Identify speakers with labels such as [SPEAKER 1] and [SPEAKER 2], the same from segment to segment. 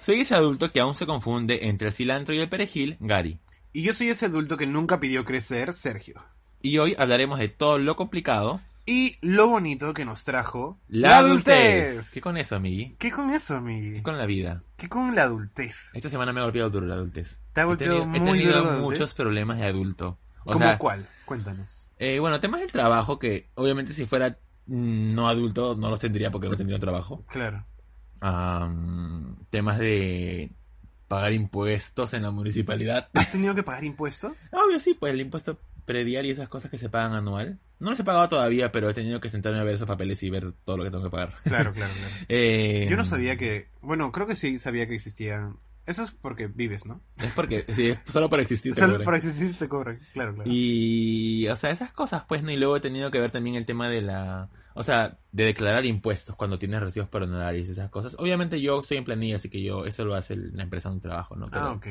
[SPEAKER 1] Soy ese adulto que aún se confunde entre el cilantro y el perejil, Gary.
[SPEAKER 2] Y yo soy ese adulto que nunca pidió crecer, Sergio.
[SPEAKER 1] Y hoy hablaremos de todo lo complicado.
[SPEAKER 2] Y lo bonito que nos trajo
[SPEAKER 1] ¿Qué con eso, amigui?
[SPEAKER 2] ¿Qué con eso, amigui?
[SPEAKER 1] ¿Qué con la vida?
[SPEAKER 2] ¿Qué con la adultez?
[SPEAKER 1] Esta semana me ha golpeado duro la adultez.
[SPEAKER 2] Te ha
[SPEAKER 1] He
[SPEAKER 2] golpeado
[SPEAKER 1] tenido, he
[SPEAKER 2] muy
[SPEAKER 1] tenido
[SPEAKER 2] duro la adultez.
[SPEAKER 1] muchos problemas de adulto. O
[SPEAKER 2] ¿Cómo
[SPEAKER 1] sea,
[SPEAKER 2] cuál? Cuéntanos.
[SPEAKER 1] eh, bueno, temas del trabajo que obviamente si fuera mm, no adulto no los tendría porque no tendría trabajo.
[SPEAKER 2] Claro.
[SPEAKER 1] Am, temas de pagar impuestos en la municipalidad.
[SPEAKER 2] ¿Has tenido que pagar impuestos?
[SPEAKER 1] Obvio, sí, pues el impuesto predial y esas cosas que se pagan anual. No los he pagado todavía, pero he tenido que sentarme a ver esos papeles y ver todo lo que tengo que pagar.
[SPEAKER 2] Claro, claro, claro.
[SPEAKER 1] Eh,
[SPEAKER 2] Yo no sabía que... Bueno, creo que sí sabía que existían... Eso es porque vives, ¿no?
[SPEAKER 1] Es porque, sí, es solo para existir. te
[SPEAKER 2] Solo
[SPEAKER 1] cobran.
[SPEAKER 2] por existir te cobran. Claro, claro.
[SPEAKER 1] Y, o sea, esas cosas, pues, ¿no? Y luego he tenido que ver también el tema de la... O sea, de declarar impuestos cuando tienes recibos por honorarios y esas cosas. Obviamente yo soy en planilla, así que yo... Eso lo hace el- la empresa donde trabajo, ¿no? Pero
[SPEAKER 2] Ah, ok.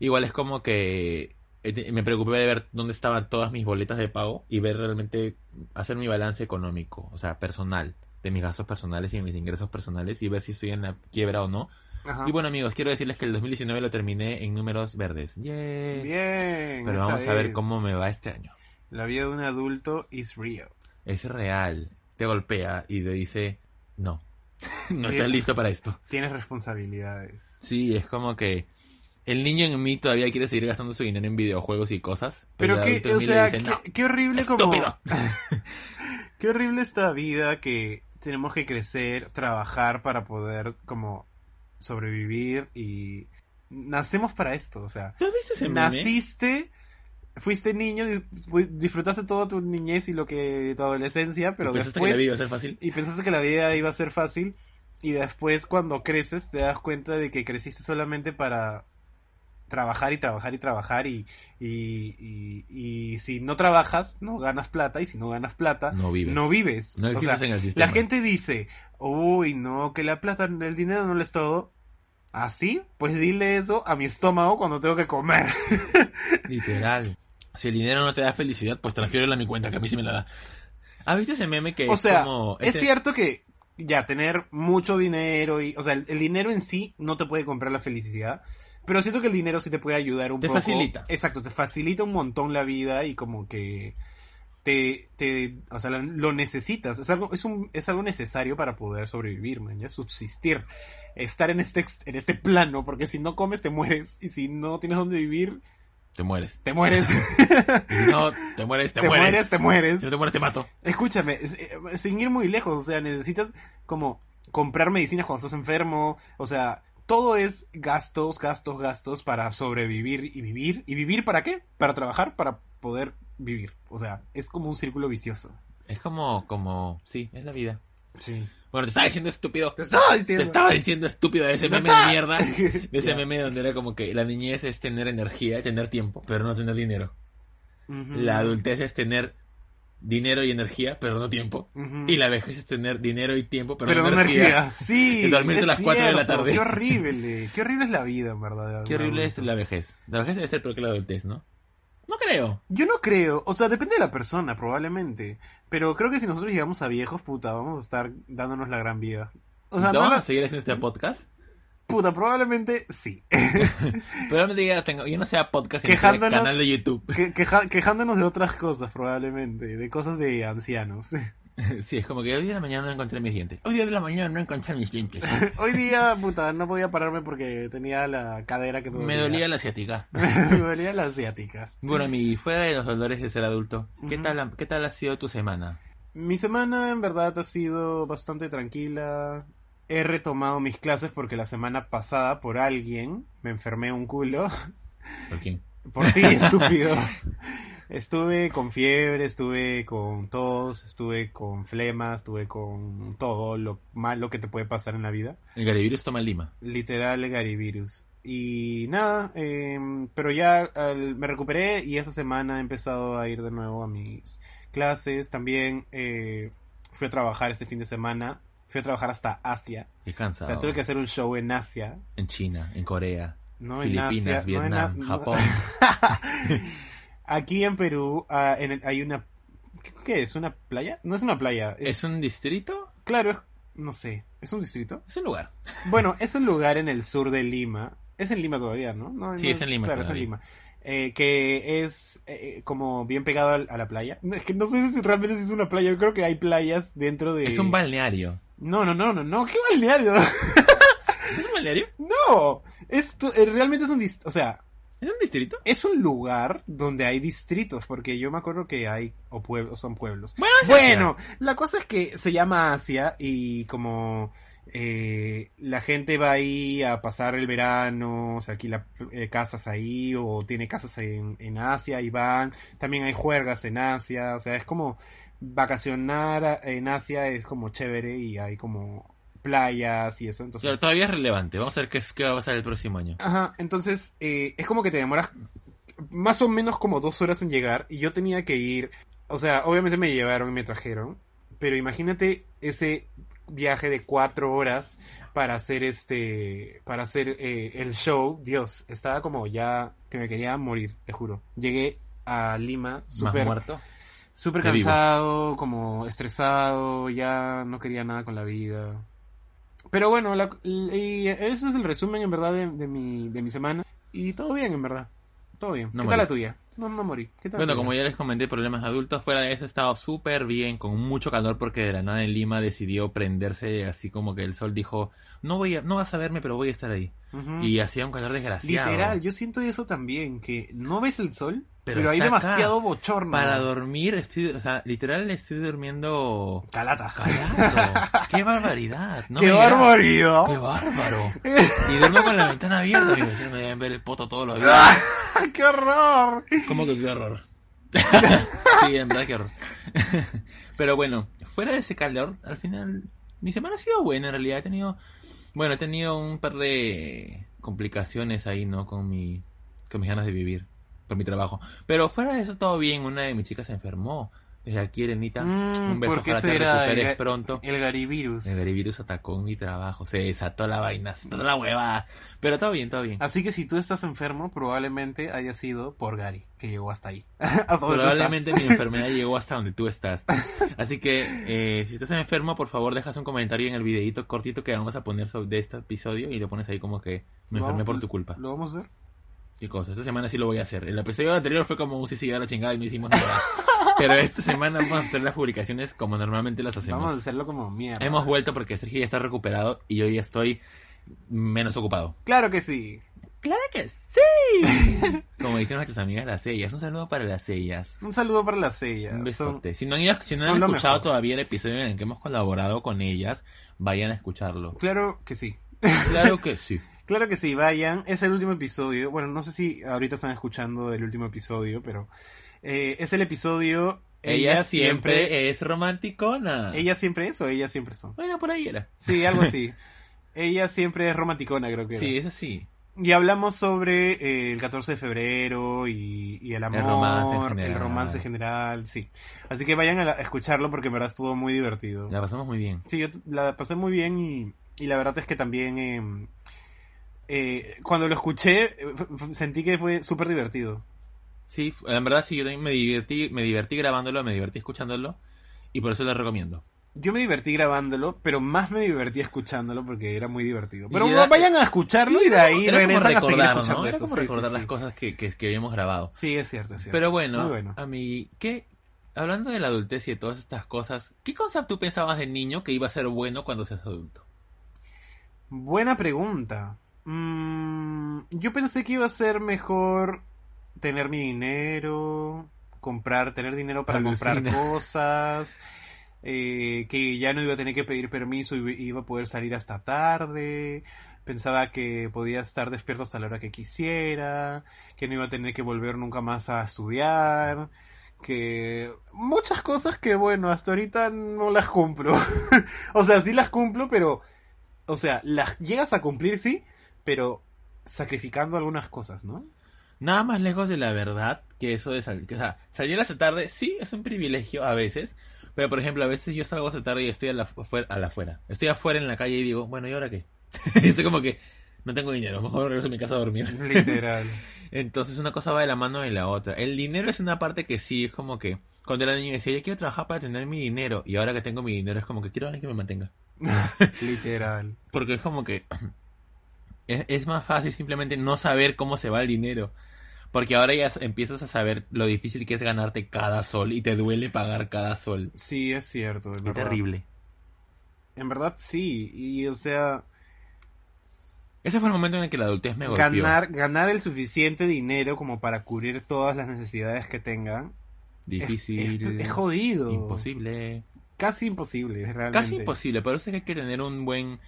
[SPEAKER 1] Igual es como que... eh, te- Me preocupé de ver dónde estaban todas mis boletas de pago y ver realmente... Hacer mi balance económico, o sea, personal. De mis gastos personales y de mis ingresos personales y ver si estoy en la quiebra o no.
[SPEAKER 2] Ajá.
[SPEAKER 1] Y bueno, amigos, quiero decirles que el 2019 lo terminé en números verdes. ¡Yay!
[SPEAKER 2] Bien.
[SPEAKER 1] Pero
[SPEAKER 2] esa
[SPEAKER 1] vamos a ver
[SPEAKER 2] es.
[SPEAKER 1] cómo me va este año.
[SPEAKER 2] La vida de un adulto is real.
[SPEAKER 1] Es real. Te golpea y te dice, no, no
[SPEAKER 2] Sí.
[SPEAKER 1] estás listo para esto.
[SPEAKER 2] Tienes responsabilidades.
[SPEAKER 1] Sí, es como que el niño en mí todavía quiere seguir gastando su dinero en videojuegos y cosas.
[SPEAKER 2] Pero
[SPEAKER 1] el
[SPEAKER 2] qué,
[SPEAKER 1] adulto en
[SPEAKER 2] o
[SPEAKER 1] mí
[SPEAKER 2] sea,
[SPEAKER 1] le dice,
[SPEAKER 2] qué,
[SPEAKER 1] no,
[SPEAKER 2] qué horrible
[SPEAKER 1] estúpido.
[SPEAKER 2] como... Qué horrible esta vida que tenemos que crecer, trabajar para poder como sobrevivir y nacemos para esto, o sea,
[SPEAKER 1] ¿Tú has visto ese meme?
[SPEAKER 2] naciste, fuiste niño, di- fu- disfrutaste toda tu niñez y lo que tu adolescencia, pero
[SPEAKER 1] ¿Y pensaste que
[SPEAKER 2] después
[SPEAKER 1] la vida iba a ser fácil?
[SPEAKER 2] y pensaste que la vida iba a ser fácil y después cuando creces te das cuenta de que creciste solamente para trabajar y trabajar y trabajar y, y, y- y si no trabajas no ganas plata y si no ganas plata
[SPEAKER 1] No vives.
[SPEAKER 2] no vives.
[SPEAKER 1] No
[SPEAKER 2] O
[SPEAKER 1] existes
[SPEAKER 2] sea,
[SPEAKER 1] en este el sistema.
[SPEAKER 2] la gente dice, uy, no, que la plata, el dinero no lo es todo. ¿Así? Pues dile eso a mi estómago cuando tengo que comer.
[SPEAKER 1] Literal. Si el dinero no te da felicidad, pues transfiérelo a mi cuenta, que a mí sí me la da. ¿Has visto ese meme que
[SPEAKER 2] O
[SPEAKER 1] es
[SPEAKER 2] sea,
[SPEAKER 1] como...
[SPEAKER 2] es
[SPEAKER 1] ese-
[SPEAKER 2] cierto que ya tener mucho dinero y, o sea, el, el dinero en sí no te puede comprar la felicidad, pero siento que el dinero sí te puede ayudar un
[SPEAKER 1] Te
[SPEAKER 2] poco.
[SPEAKER 1] facilita.
[SPEAKER 2] Exacto, te facilita un montón la vida y como que te, te o sea, lo necesitas. Es algo, es un, es algo necesario para poder sobrevivir, man, ya subsistir, estar en este, ex- en este plano, porque si no comes te mueres y si no tienes dónde vivir
[SPEAKER 1] Te mueres.
[SPEAKER 2] te mueres,
[SPEAKER 1] Y si no, te mueres, te,
[SPEAKER 2] te
[SPEAKER 1] mueres.
[SPEAKER 2] mueres, te mueres.
[SPEAKER 1] Si no te mueres, te mato.
[SPEAKER 2] Escúchame, es- eh, sin ir muy lejos, o sea, necesitas como comprar medicinas cuando estás enfermo, o sea, todo es gastos, gastos, gastos para sobrevivir y vivir. ¿Y vivir para qué? Para trabajar, para poder vivir. O sea, es como un círculo vicioso.
[SPEAKER 1] Es como, como... Sí, es la vida.
[SPEAKER 2] Sí.
[SPEAKER 1] Bueno, te estaba diciendo estúpido.
[SPEAKER 2] Te estaba
[SPEAKER 1] Te
[SPEAKER 2] diciendo.
[SPEAKER 1] estaba diciendo estúpido de ese
[SPEAKER 2] Ya
[SPEAKER 1] meme de
[SPEAKER 2] está.
[SPEAKER 1] mierda. De ese
[SPEAKER 2] Ya.
[SPEAKER 1] meme donde era como que la niñez es tener energía, tener tiempo, pero no tener dinero.
[SPEAKER 2] Ujú.
[SPEAKER 1] La adultez es tener dinero y energía, pero no tiempo.
[SPEAKER 2] Ujú.
[SPEAKER 1] Y la vejez es tener dinero y tiempo, pero,
[SPEAKER 2] Pero
[SPEAKER 1] no
[SPEAKER 2] no
[SPEAKER 1] energía.
[SPEAKER 2] energía. Sí.
[SPEAKER 1] Y dormirte
[SPEAKER 2] es
[SPEAKER 1] a las cuatro de la
[SPEAKER 2] cierto.
[SPEAKER 1] tarde.
[SPEAKER 2] Qué horrible. Qué horrible es la vida, en verdad.
[SPEAKER 1] Qué horrible es
[SPEAKER 2] adulto.
[SPEAKER 1] la vejez. La vejez debe ser peor que la adultez, ¿no? No creo.
[SPEAKER 2] Yo no creo, o sea, depende de la persona, probablemente. Pero creo que si nosotros llegamos a viejos, puta, vamos a estar dándonos la gran vida. O sea,
[SPEAKER 1] ¿No
[SPEAKER 2] no
[SPEAKER 1] vamos
[SPEAKER 2] la-
[SPEAKER 1] a seguir haciendo este podcast?
[SPEAKER 2] puta, probablemente sí.
[SPEAKER 1] Probablemente ya, tengo, ya no sea podcast, sino que sea
[SPEAKER 2] Quejándonos.
[SPEAKER 1] canal de YouTube.
[SPEAKER 2] Que- queja- quejándonos de otras cosas, probablemente, de cosas de ancianos.
[SPEAKER 1] Sí, es como que hoy día de la mañana no encontré mis dientes. Hoy día de la mañana no encontré mis dientes.
[SPEAKER 2] Hoy día, puta, no podía pararme porque tenía la cadera que
[SPEAKER 1] Me dolía la ciática.
[SPEAKER 2] me dolía la asiática.
[SPEAKER 1] Bueno, mi fuera de los dolores de ser adulto, ¿qué,
[SPEAKER 2] Ujú.
[SPEAKER 1] tal, ha- ¿qué tal ha sido tu semana?
[SPEAKER 2] Mi semana en verdad ha sido bastante tranquila. He retomado mis clases porque la semana pasada por alguien me enfermé un culo.
[SPEAKER 1] ¿Por quién?
[SPEAKER 2] Por ti, estúpido. Estuve con fiebre, estuve con tos, estuve con flema, estuve con todo lo malo que te puede pasar en la vida.
[SPEAKER 1] El Garivirus toma Lima.
[SPEAKER 2] Literal Garivirus. Y nada, eh, pero ya al- me recuperé y esa semana he empezado a ir de nuevo a mis clases. También eh, fui a trabajar este fin de semana. Fui a trabajar hasta Asia.
[SPEAKER 1] Qué
[SPEAKER 2] O
[SPEAKER 1] cansado.
[SPEAKER 2] sea, tuve que hacer un show en Asia.
[SPEAKER 1] En China, en Corea,
[SPEAKER 2] No en Asia,
[SPEAKER 1] Filipinas,
[SPEAKER 2] no en
[SPEAKER 1] Vietnam,
[SPEAKER 2] a-
[SPEAKER 1] Japón.
[SPEAKER 2] Aquí en Perú ah, en el- hay una... ¿Qué es? ¿Una playa? No es una playa. Es,
[SPEAKER 1] ¿Es un distrito?
[SPEAKER 2] Claro, es- no sé. ¿Es un distrito?
[SPEAKER 1] Es un lugar.
[SPEAKER 2] Bueno, es un lugar en el sur de Lima. Es en Lima todavía, ¿no? No,
[SPEAKER 1] Sí,
[SPEAKER 2] no
[SPEAKER 1] es en Lima
[SPEAKER 2] Claro, es en
[SPEAKER 1] todavía.
[SPEAKER 2] Lima. Eh, que es eh, como bien pegado al- a la playa. No, Es que no sé si realmente es una playa. Yo creo que hay playas dentro de...
[SPEAKER 1] Es un balneario.
[SPEAKER 2] No, no, no, no, no. ¿Qué balneario?
[SPEAKER 1] ¿Es un balneario?
[SPEAKER 2] no. Esto eh, realmente es un... dist- O sea,
[SPEAKER 1] ¿Es un distrito?
[SPEAKER 2] es un lugar donde hay distritos, porque yo me acuerdo que hay, o pueblos, son pueblos.
[SPEAKER 1] Bueno, es
[SPEAKER 2] Bueno, la cosa es que se llama Asia y como eh, la gente va ahí a pasar el verano, se alquila eh, casas ahí o tiene casas en, en Asia y van, también hay juergas en Asia, o sea, es como vacacionar a- en Asia es como chévere y hay como playas y eso, entonces...
[SPEAKER 1] Claro, todavía es relevante. Vamos a ver qué, qué va a pasar el próximo año.
[SPEAKER 2] Ajá, entonces eh, es como que te demoras más o menos como dos horas en llegar y yo tenía que ir, o sea, obviamente me llevaron y me trajeron, pero imagínate ese viaje de cuatro horas para hacer este, para hacer eh, el show, Dios, estaba como ya que me quería morir, te juro. Llegué a Lima
[SPEAKER 1] Más
[SPEAKER 2] súper
[SPEAKER 1] muerto.
[SPEAKER 2] súper
[SPEAKER 1] de vivo.
[SPEAKER 2] cansado, como estresado, ya no quería nada con la vida. Pero bueno, la- y ese es el resumen en verdad de, de mi, de mi semana. Y todo bien, en verdad. Todo bien.
[SPEAKER 1] No
[SPEAKER 2] ¿Qué tal la
[SPEAKER 1] moriste.
[SPEAKER 2] tuya? No, no morí. ¿Qué tal la
[SPEAKER 1] Bueno,
[SPEAKER 2] tuya?
[SPEAKER 1] como ya les comenté, problemas adultos. Fuera de eso, he estado súper bien, con mucho calor, porque de la nada en Lima decidió prenderse así como que el sol dijo: No voy a, no vas a verme, pero voy a estar ahí.
[SPEAKER 2] Ujú.
[SPEAKER 1] Y hacía un calor desgraciado.
[SPEAKER 2] Mm. Literal, yo siento eso también, que no ves el sol, pero,
[SPEAKER 1] Pero
[SPEAKER 2] hay
[SPEAKER 1] está acá.
[SPEAKER 2] demasiado bochorno.
[SPEAKER 1] Para dormir, estoy, o sea, literal estoy durmiendo
[SPEAKER 2] Calata.
[SPEAKER 1] calado. ¡Qué barbaridad! No
[SPEAKER 2] ¡Qué
[SPEAKER 1] me digas.
[SPEAKER 2] barbaridad!
[SPEAKER 1] ¡Qué bárbaro! Y duermo con la ventana abierta. Digo, "Sí, me deben ver el poto todos los días.
[SPEAKER 2] ¡Qué horror!
[SPEAKER 1] ¿Cómo que qué horror? sí, en verdad qué horror. Pero bueno, fuera de ese calor, al final mi semana ha sido buena en realidad. He tenido, bueno, he tenido un par de complicaciones ahí, ¿no? Con mi, con mis ganas de vivir, por mi trabajo. Pero fuera de eso todo bien. Una de mis chicas se enfermó. Desde aquí, Erenita,
[SPEAKER 2] Mm,
[SPEAKER 1] un beso
[SPEAKER 2] ¿por qué
[SPEAKER 1] para te
[SPEAKER 2] será?
[SPEAKER 1] recuperes
[SPEAKER 2] El-
[SPEAKER 1] pronto.
[SPEAKER 2] El garivirus.
[SPEAKER 1] El virus atacó mi trabajo, se desató la vaina, se desató la huevada. Pero todo bien, todo bien.
[SPEAKER 2] Así que si tú estás enfermo, probablemente haya sido por Gary, que llegó hasta ahí. Hasta donde tú
[SPEAKER 1] Probablemente
[SPEAKER 2] estás.
[SPEAKER 1] mi enfermedad llegó hasta donde tú estás. Así que, eh, si estás enfermo, por favor, dejas un comentario en el videito cortito que vamos a poner sobre de este episodio y lo pones ahí como que me
[SPEAKER 2] Lo-
[SPEAKER 1] enfermé por tu culpa.
[SPEAKER 2] Lo vamos a hacer.
[SPEAKER 1] Qué cosa, esta semana sí lo voy a hacer. El episodio anterior fue como un sí, sí, a la chingada y no hicimos nada. Pero esta semana vamos a hacer las publicaciones como normalmente las
[SPEAKER 2] Vamos a
[SPEAKER 1] hacemos.
[SPEAKER 2] hacerlo como mierda.
[SPEAKER 1] Hemos vuelto porque Sergio ya está recuperado y yo ya estoy menos ocupado.
[SPEAKER 2] Claro que sí.
[SPEAKER 1] ¡Claro que sí! Como dicen nuestras amigas las sellas. Un saludo para las sellas.
[SPEAKER 2] Un saludo para las sellas.
[SPEAKER 1] Un
[SPEAKER 2] Son-
[SPEAKER 1] besote. Si no han, ido- si no
[SPEAKER 2] son
[SPEAKER 1] han
[SPEAKER 2] lo
[SPEAKER 1] escuchado
[SPEAKER 2] mejor.
[SPEAKER 1] todavía el episodio en el que hemos colaborado con ellas, vayan a escucharlo.
[SPEAKER 2] Claro que sí.
[SPEAKER 1] Claro que sí.
[SPEAKER 2] Claro que sí, vayan. Es el último episodio. Bueno, no sé si ahorita están escuchando el último episodio, pero eh, es el episodio.
[SPEAKER 1] Ella siempre es romanticona.
[SPEAKER 2] Ella siempre es o ella siempre son.
[SPEAKER 1] Bueno, por ahí era.
[SPEAKER 2] Sí, algo así. ella siempre es romanticona, creo que. era.
[SPEAKER 1] Sí, es así.
[SPEAKER 2] Y hablamos sobre eh, el 14 de febrero y, y el amor, el
[SPEAKER 1] romance en
[SPEAKER 2] romance,
[SPEAKER 1] general.
[SPEAKER 2] general, sí. Así que vayan a, la- a escucharlo porque en verdad estuvo muy divertido.
[SPEAKER 1] La pasamos muy bien.
[SPEAKER 2] Sí, yo t- la pasé muy bien y, y la verdad es que también eh, eh, cuando lo escuché eh, f- f- sentí que fue súper divertido.
[SPEAKER 1] Sí, f- en verdad sí, yo también me divertí, me divertí grabándolo, me divertí escuchándolo y por eso lo recomiendo.
[SPEAKER 2] Yo me divertí grabándolo, pero más me divertí escuchándolo porque era muy divertido. Pero
[SPEAKER 1] Y era- eh,
[SPEAKER 2] vayan a escucharlo y de ahí
[SPEAKER 1] Era como
[SPEAKER 2] regresan a seguir
[SPEAKER 1] recordar, ¿no?
[SPEAKER 2] escuchando
[SPEAKER 1] Era
[SPEAKER 2] esto.
[SPEAKER 1] como
[SPEAKER 2] Sí, sí,
[SPEAKER 1] recordar
[SPEAKER 2] sí.
[SPEAKER 1] las cosas que, que, que habíamos grabado.
[SPEAKER 2] Sí, es cierto, es cierto.
[SPEAKER 1] Pero bueno,
[SPEAKER 2] Muy bueno.
[SPEAKER 1] a mí, ¿qué? Hablando de la adultez y de todas estas cosas, ¿qué cosa tú pensabas de niño que iba a ser bueno cuando seas adulto?
[SPEAKER 2] Buena pregunta. Mm, yo pensé que iba a ser mejor tener mi dinero, comprar, tener dinero para comprar
[SPEAKER 1] Alucina.
[SPEAKER 2] cosas, eh, que ya no iba a tener que pedir permiso y iba a poder salir hasta tarde. Pensaba que podía estar despierto hasta la hora que quisiera, que no iba a tener que volver nunca más a estudiar, que muchas cosas que bueno, hasta ahorita no las cumplo. o sea, sí las cumplo, pero o sea, las llegas a cumplir sí, pero sacrificando algunas cosas, ¿no?
[SPEAKER 1] Nada más lejos de la verdad que eso de salir. O sea, salir a la tarde sí es un privilegio a veces. Pero, por ejemplo, a veces yo salgo a tarde y estoy a la, afuera, a la afuera. Estoy afuera en la calle y digo, bueno, ¿y ahora qué? y estoy como que, no tengo dinero, mejor regreso a mi casa a dormir.
[SPEAKER 2] Literal.
[SPEAKER 1] Entonces una cosa va de la mano de la otra. El dinero es una parte que sí, es como que cuando era niño decía, yo quiero trabajar para tener mi dinero. Y ahora que tengo mi dinero es como que quiero a alguien que me mantenga.
[SPEAKER 2] Literal.
[SPEAKER 1] Porque es como que es, es más fácil simplemente no saber cómo se va el dinero. Porque ahora ya empiezas a saber lo difícil que es ganarte cada sol y te duele pagar cada sol.
[SPEAKER 2] Sí, es cierto. en
[SPEAKER 1] Es
[SPEAKER 2] verdad.
[SPEAKER 1] terrible.
[SPEAKER 2] En verdad sí, y o sea,
[SPEAKER 1] Ese fue el momento en el que la adultez me golpeó.
[SPEAKER 2] ganar ganar el suficiente dinero como para cubrir todas las necesidades que tengan es-
[SPEAKER 1] Difícil.
[SPEAKER 2] es, es jodido.
[SPEAKER 1] Imposible.
[SPEAKER 2] Casi imposible, realmente.
[SPEAKER 1] Casi imposible, pero eso es que hay que tener un buen,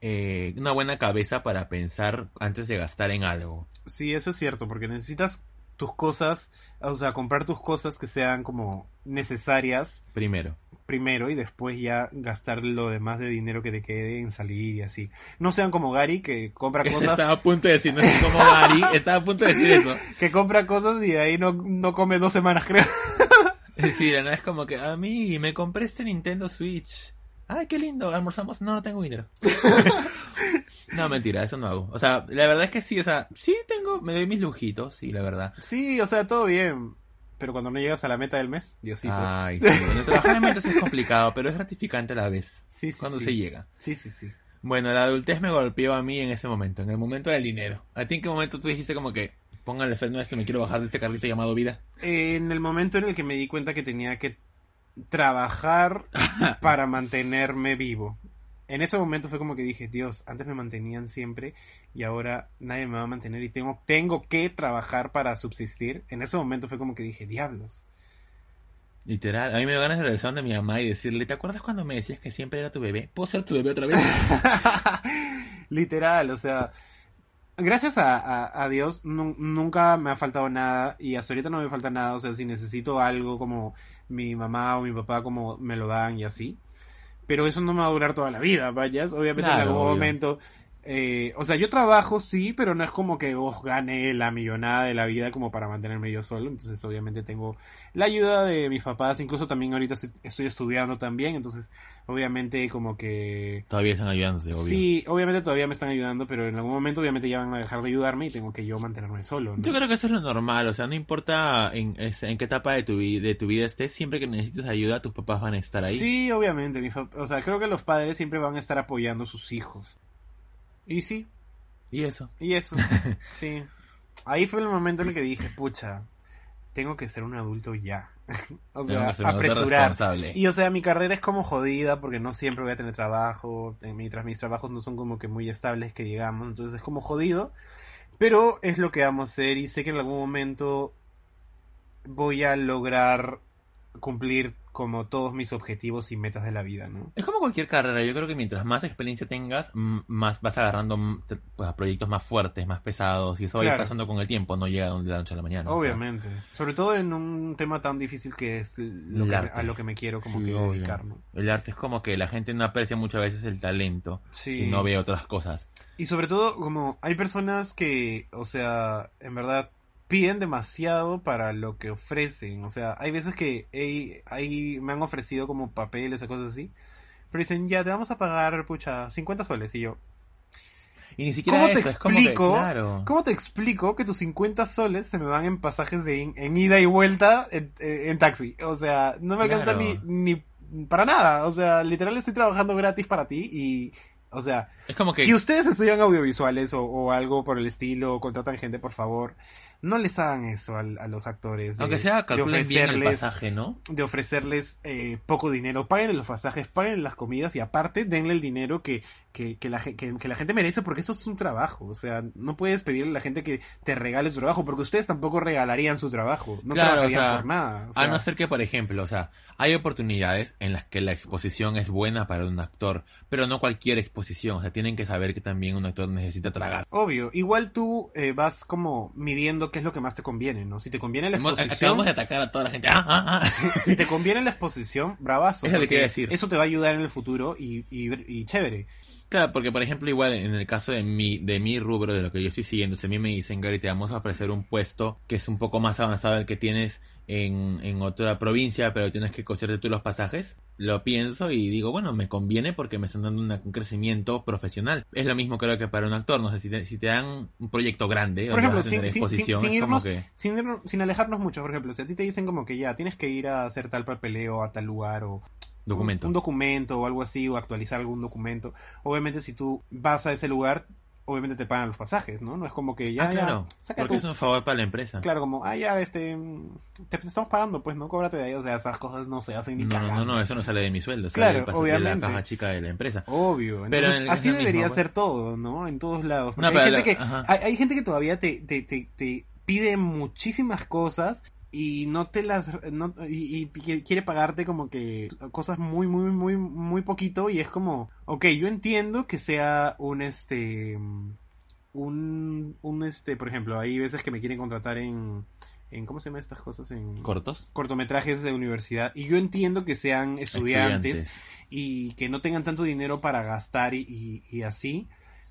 [SPEAKER 1] eh, una buena cabeza para pensar antes de gastar en algo.
[SPEAKER 2] Sí, eso es cierto, porque necesitas tus cosas, o sea, comprar tus cosas que sean como necesarias
[SPEAKER 1] Primero.
[SPEAKER 2] primero y después ya gastar lo demás de dinero que te quede en salir y así. No sean como Gary que compra
[SPEAKER 1] Eso
[SPEAKER 2] cosas,
[SPEAKER 1] Estaba a punto de decir, no es como Gary, estaba a punto de decir eso.
[SPEAKER 2] que compra cosas y de ahí no, no come dos semanas, creo.
[SPEAKER 1] Sí, no es como que, a mí, me compré este Nintendo Switch. Ay, qué lindo, almorzamos. No, no tengo dinero. no, mentira, eso no hago. O sea, la verdad es que sí, o sea, sí tengo, me doy mis lujitos, sí, la verdad.
[SPEAKER 2] Sí, o sea, todo bien. Pero cuando no llegas a la meta del mes, Diosito.
[SPEAKER 1] Ay, sí, bueno, trabajar en metas es complicado, pero es gratificante a la vez.
[SPEAKER 2] sí, sí,
[SPEAKER 1] Cuando
[SPEAKER 2] sí.
[SPEAKER 1] se llega.
[SPEAKER 2] Sí, sí, sí.
[SPEAKER 1] Bueno, la adultez me golpeó a mí en ese momento, en el momento del dinero. ¿A ti en qué momento tú dijiste como que, póngale freno a esto, me quiero bajar de este carrito llamado vida?
[SPEAKER 2] En el momento en el que me di cuenta que tenía que trabajar para mantenerme vivo. En ese momento fue como que dije, Dios, antes me mantenían siempre y ahora nadie me va a mantener y tengo, tengo que trabajar para subsistir. En ese momento fue como que dije, diablos.
[SPEAKER 1] Literal, a mí me dio ganas de regresar donde mi mamá y decirle, ¿te acuerdas cuando me decías que siempre era tu bebé? ¿Puedo ser tu bebé otra vez?
[SPEAKER 2] Literal, o sea, gracias a, a- a Dios nu- nunca me ha faltado nada y hasta ahorita no me falta nada, o sea, si necesito algo como mi mamá o mi papá como me lo dan y así, pero eso no me va a durar toda la vida, vayas, obviamente en
[SPEAKER 1] Claro,
[SPEAKER 2] algún
[SPEAKER 1] obvio.
[SPEAKER 2] momento, eh, o sea, yo trabajo sí, pero no es como que vos gane la millonada de la vida como para mantenerme yo solo, entonces obviamente tengo la ayuda de mis papás, incluso también ahorita estoy- estoy estudiando también, entonces obviamente como que...
[SPEAKER 1] Todavía están ayudándote, obvio.
[SPEAKER 2] Sí, obviamente todavía me están ayudando, pero en algún momento obviamente ya van a dejar de ayudarme y tengo que yo mantenerme solo. ¿no?
[SPEAKER 1] Yo creo que eso es lo normal, o sea, no importa en, es- en qué etapa de tu, vi- de tu vida estés, siempre que necesites ayuda, tus papás van a estar ahí.
[SPEAKER 2] Sí, obviamente. mi fa- o sea, creo que los padres siempre van a estar apoyando a sus hijos. Y sí,
[SPEAKER 1] Y eso.
[SPEAKER 2] y eso. sí. Ahí fue el momento en el que dije, pucha, tengo que ser un adulto ya. o
[SPEAKER 1] Tengo
[SPEAKER 2] sea,
[SPEAKER 1] que ser un adulto
[SPEAKER 2] apresurar.
[SPEAKER 1] responsable.
[SPEAKER 2] Y o sea, mi carrera es como jodida porque no siempre voy a tener trabajo, eh, mientras mis trabajos no son como que muy estables que digamos, entonces es como jodido, pero es lo que amo hacer y sé que en algún momento voy a lograr cumplir como todos mis objetivos y metas de la vida, ¿no?
[SPEAKER 1] Es como cualquier carrera, yo creo que mientras más experiencia tengas, m- más vas agarrando m- te- pues, proyectos más fuertes, más pesados, y eso va a ir
[SPEAKER 2] Claro.
[SPEAKER 1] pasando con el tiempo, no llega de la noche a la mañana. o sea.
[SPEAKER 2] Obviamente, sobre todo en un tema tan difícil que es lo
[SPEAKER 1] El
[SPEAKER 2] que-
[SPEAKER 1] arte.
[SPEAKER 2] a lo que me quiero como
[SPEAKER 1] Sí,
[SPEAKER 2] que
[SPEAKER 1] obvio.
[SPEAKER 2] dedicar, ¿no?
[SPEAKER 1] El arte es como que la gente no aprecia muchas veces el talento
[SPEAKER 2] Sí.
[SPEAKER 1] si no ve otras cosas.
[SPEAKER 2] Y sobre todo, como hay personas que, o sea, en verdad piden demasiado para lo que ofrecen. O sea, hay veces que hey, ahí me han ofrecido como papeles o cosas así. Pero dicen, ya te vamos a pagar, pucha, 50 soles. Y yo,
[SPEAKER 1] Y ni siquiera
[SPEAKER 2] ¿Cómo te
[SPEAKER 1] eso, es como que,
[SPEAKER 2] explico?
[SPEAKER 1] claro.
[SPEAKER 2] ¿cómo te explico que tus 50 soles se me van en pasajes de in- en ida y vuelta en, en- en taxi? O sea, no me alcanza
[SPEAKER 1] Claro.
[SPEAKER 2] ni, ni para nada. O sea, literal estoy trabajando gratis para ti y, o sea,
[SPEAKER 1] Es como que
[SPEAKER 2] si ustedes estudian audiovisuales o, o algo por el estilo, o contratan gente, por favor, no les hagan eso al- a, los actores. De,
[SPEAKER 1] aunque sea
[SPEAKER 2] de
[SPEAKER 1] calculen bien el
[SPEAKER 2] ofrecerles,
[SPEAKER 1] pasaje, ¿no?
[SPEAKER 2] de ofrecerles eh, poco dinero. Paguen los pasajes, paguen las comidas y aparte denle el dinero que, que, que la, ge- que- que la gente merece porque eso es un trabajo. O sea, no puedes pedirle a la gente que te regale su trabajo porque ustedes tampoco regalarían su trabajo. No
[SPEAKER 1] Claro,
[SPEAKER 2] trabajarían
[SPEAKER 1] o sea,
[SPEAKER 2] por nada. O sea,
[SPEAKER 1] a no ser que, por ejemplo, o sea, hay oportunidades en las que la exposición es buena para un actor, pero no cualquier exposición. O sea, tienen que saber que también un actor necesita tragar.
[SPEAKER 2] Obvio, igual tú eh, vas como midiendo viendo qué es lo que más te conviene, ¿no? Si te conviene la
[SPEAKER 1] Hemos- acabamos
[SPEAKER 2] exposición,
[SPEAKER 1] de atacar a toda la gente. Ah, ah, ah.
[SPEAKER 2] si te conviene la exposición, bravazo.
[SPEAKER 1] Eso te
[SPEAKER 2] porque
[SPEAKER 1] quería decir.
[SPEAKER 2] Eso te va a ayudar en el futuro y, y, y chévere.
[SPEAKER 1] Claro, porque por ejemplo, igual en el caso de mi, de mi rubro, de lo que yo estoy siguiendo, si a mí me dicen, Gary, te vamos a ofrecer un puesto que es un poco más avanzado del que tienes en, en otra provincia, pero tienes que costearte tú los pasajes, lo pienso y digo, bueno, me conviene porque me están dando una- un crecimiento profesional. Es lo mismo creo que para un actor, no sé, si te, si te dan un proyecto grande,
[SPEAKER 2] Por
[SPEAKER 1] donde
[SPEAKER 2] ejemplo,
[SPEAKER 1] vas a tener
[SPEAKER 2] sin- sin-
[SPEAKER 1] exposición,
[SPEAKER 2] sin- sin
[SPEAKER 1] es como
[SPEAKER 2] irnos-
[SPEAKER 1] que...
[SPEAKER 2] Sin, ir- sin alejarnos mucho, por ejemplo, si a ti te dicen como que ya tienes que ir a hacer tal papeleo a tal lugar o
[SPEAKER 1] Documento.
[SPEAKER 2] Un, un documento o algo así, o actualizar algún documento. Obviamente, si tú vas a ese lugar, obviamente te pagan los pasajes, ¿no? No es como que ya,
[SPEAKER 1] ah,
[SPEAKER 2] ya,
[SPEAKER 1] claro,
[SPEAKER 2] saca
[SPEAKER 1] porque
[SPEAKER 2] tu-
[SPEAKER 1] es un favor para la empresa.
[SPEAKER 2] Claro, como, ah, ya, este, mm, te te estamos pagando, pues, ¿no? Cóbrate de ahí, o sea, esas cosas no se hacen ni
[SPEAKER 1] No, no,
[SPEAKER 2] cagando.
[SPEAKER 1] no, no, eso no sale de mi sueldo,
[SPEAKER 2] Claro,
[SPEAKER 1] sale claro, de la
[SPEAKER 2] obviamente.
[SPEAKER 1] caja chica de la empresa.
[SPEAKER 2] Obvio,
[SPEAKER 1] Pero
[SPEAKER 2] entonces
[SPEAKER 1] en el-
[SPEAKER 2] así
[SPEAKER 1] es la
[SPEAKER 2] debería
[SPEAKER 1] misma,
[SPEAKER 2] ser todo, ¿no? En todos lados.
[SPEAKER 1] No,
[SPEAKER 2] Porque
[SPEAKER 1] pero
[SPEAKER 2] hay, gente
[SPEAKER 1] la-
[SPEAKER 2] que,
[SPEAKER 1] ajá.
[SPEAKER 2] hay, hay gente que todavía te, te, te, te pide muchísimas cosas y no te las no, y, y qui- quiere pagarte como que cosas muy muy muy muy poquito y es como ok, yo entiendo que sea un este un un este por ejemplo hay veces que me quieren contratar en en cómo se llaman estas cosas en
[SPEAKER 1] ¿Cortos?
[SPEAKER 2] cortometrajes de universidad y yo entiendo que sean estudiantes y que no tengan tanto dinero para gastar y, y- y así.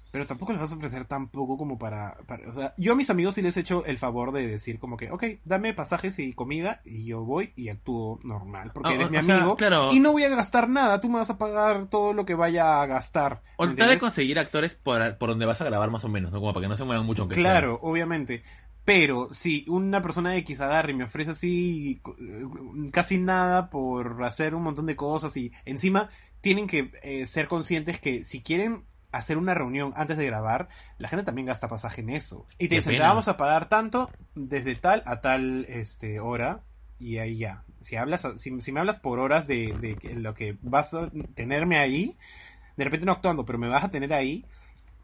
[SPEAKER 2] Pero tampoco les vas a ofrecer tan poco como para, para- O sea, yo a mis amigos sí les he hecho el favor de decir como que, ok, dame pasajes y comida y yo voy y actúo normal porque
[SPEAKER 1] Ah,
[SPEAKER 2] eres
[SPEAKER 1] o-
[SPEAKER 2] mi
[SPEAKER 1] o sea,
[SPEAKER 2] amigo.
[SPEAKER 1] claro.
[SPEAKER 2] Y no voy a gastar nada, tú me vas a pagar todo lo que vaya a gastar.
[SPEAKER 1] O tratar
[SPEAKER 2] ¿me
[SPEAKER 1] de
[SPEAKER 2] entiendes?
[SPEAKER 1] conseguir actores por, por donde vas a grabar más o menos, ¿no? Como para que no se muevan mucho, aunque sea.
[SPEAKER 2] Claro, obviamente. Pero si una persona de X agarra y me ofrece así eh, casi nada por hacer un montón de cosas y encima tienen que eh, ser conscientes que si quieren hacer una reunión antes de grabar, la gente también gasta pasaje en eso. Y
[SPEAKER 1] Qué
[SPEAKER 2] te dicen, te
[SPEAKER 1] pena.
[SPEAKER 2] vamos a pagar tanto desde tal a tal este hora y ahí ya. Si hablas a- si, si me hablas por horas de, de que- lo que vas a tenerme ahí, de repente no actuando, pero me vas a tener ahí,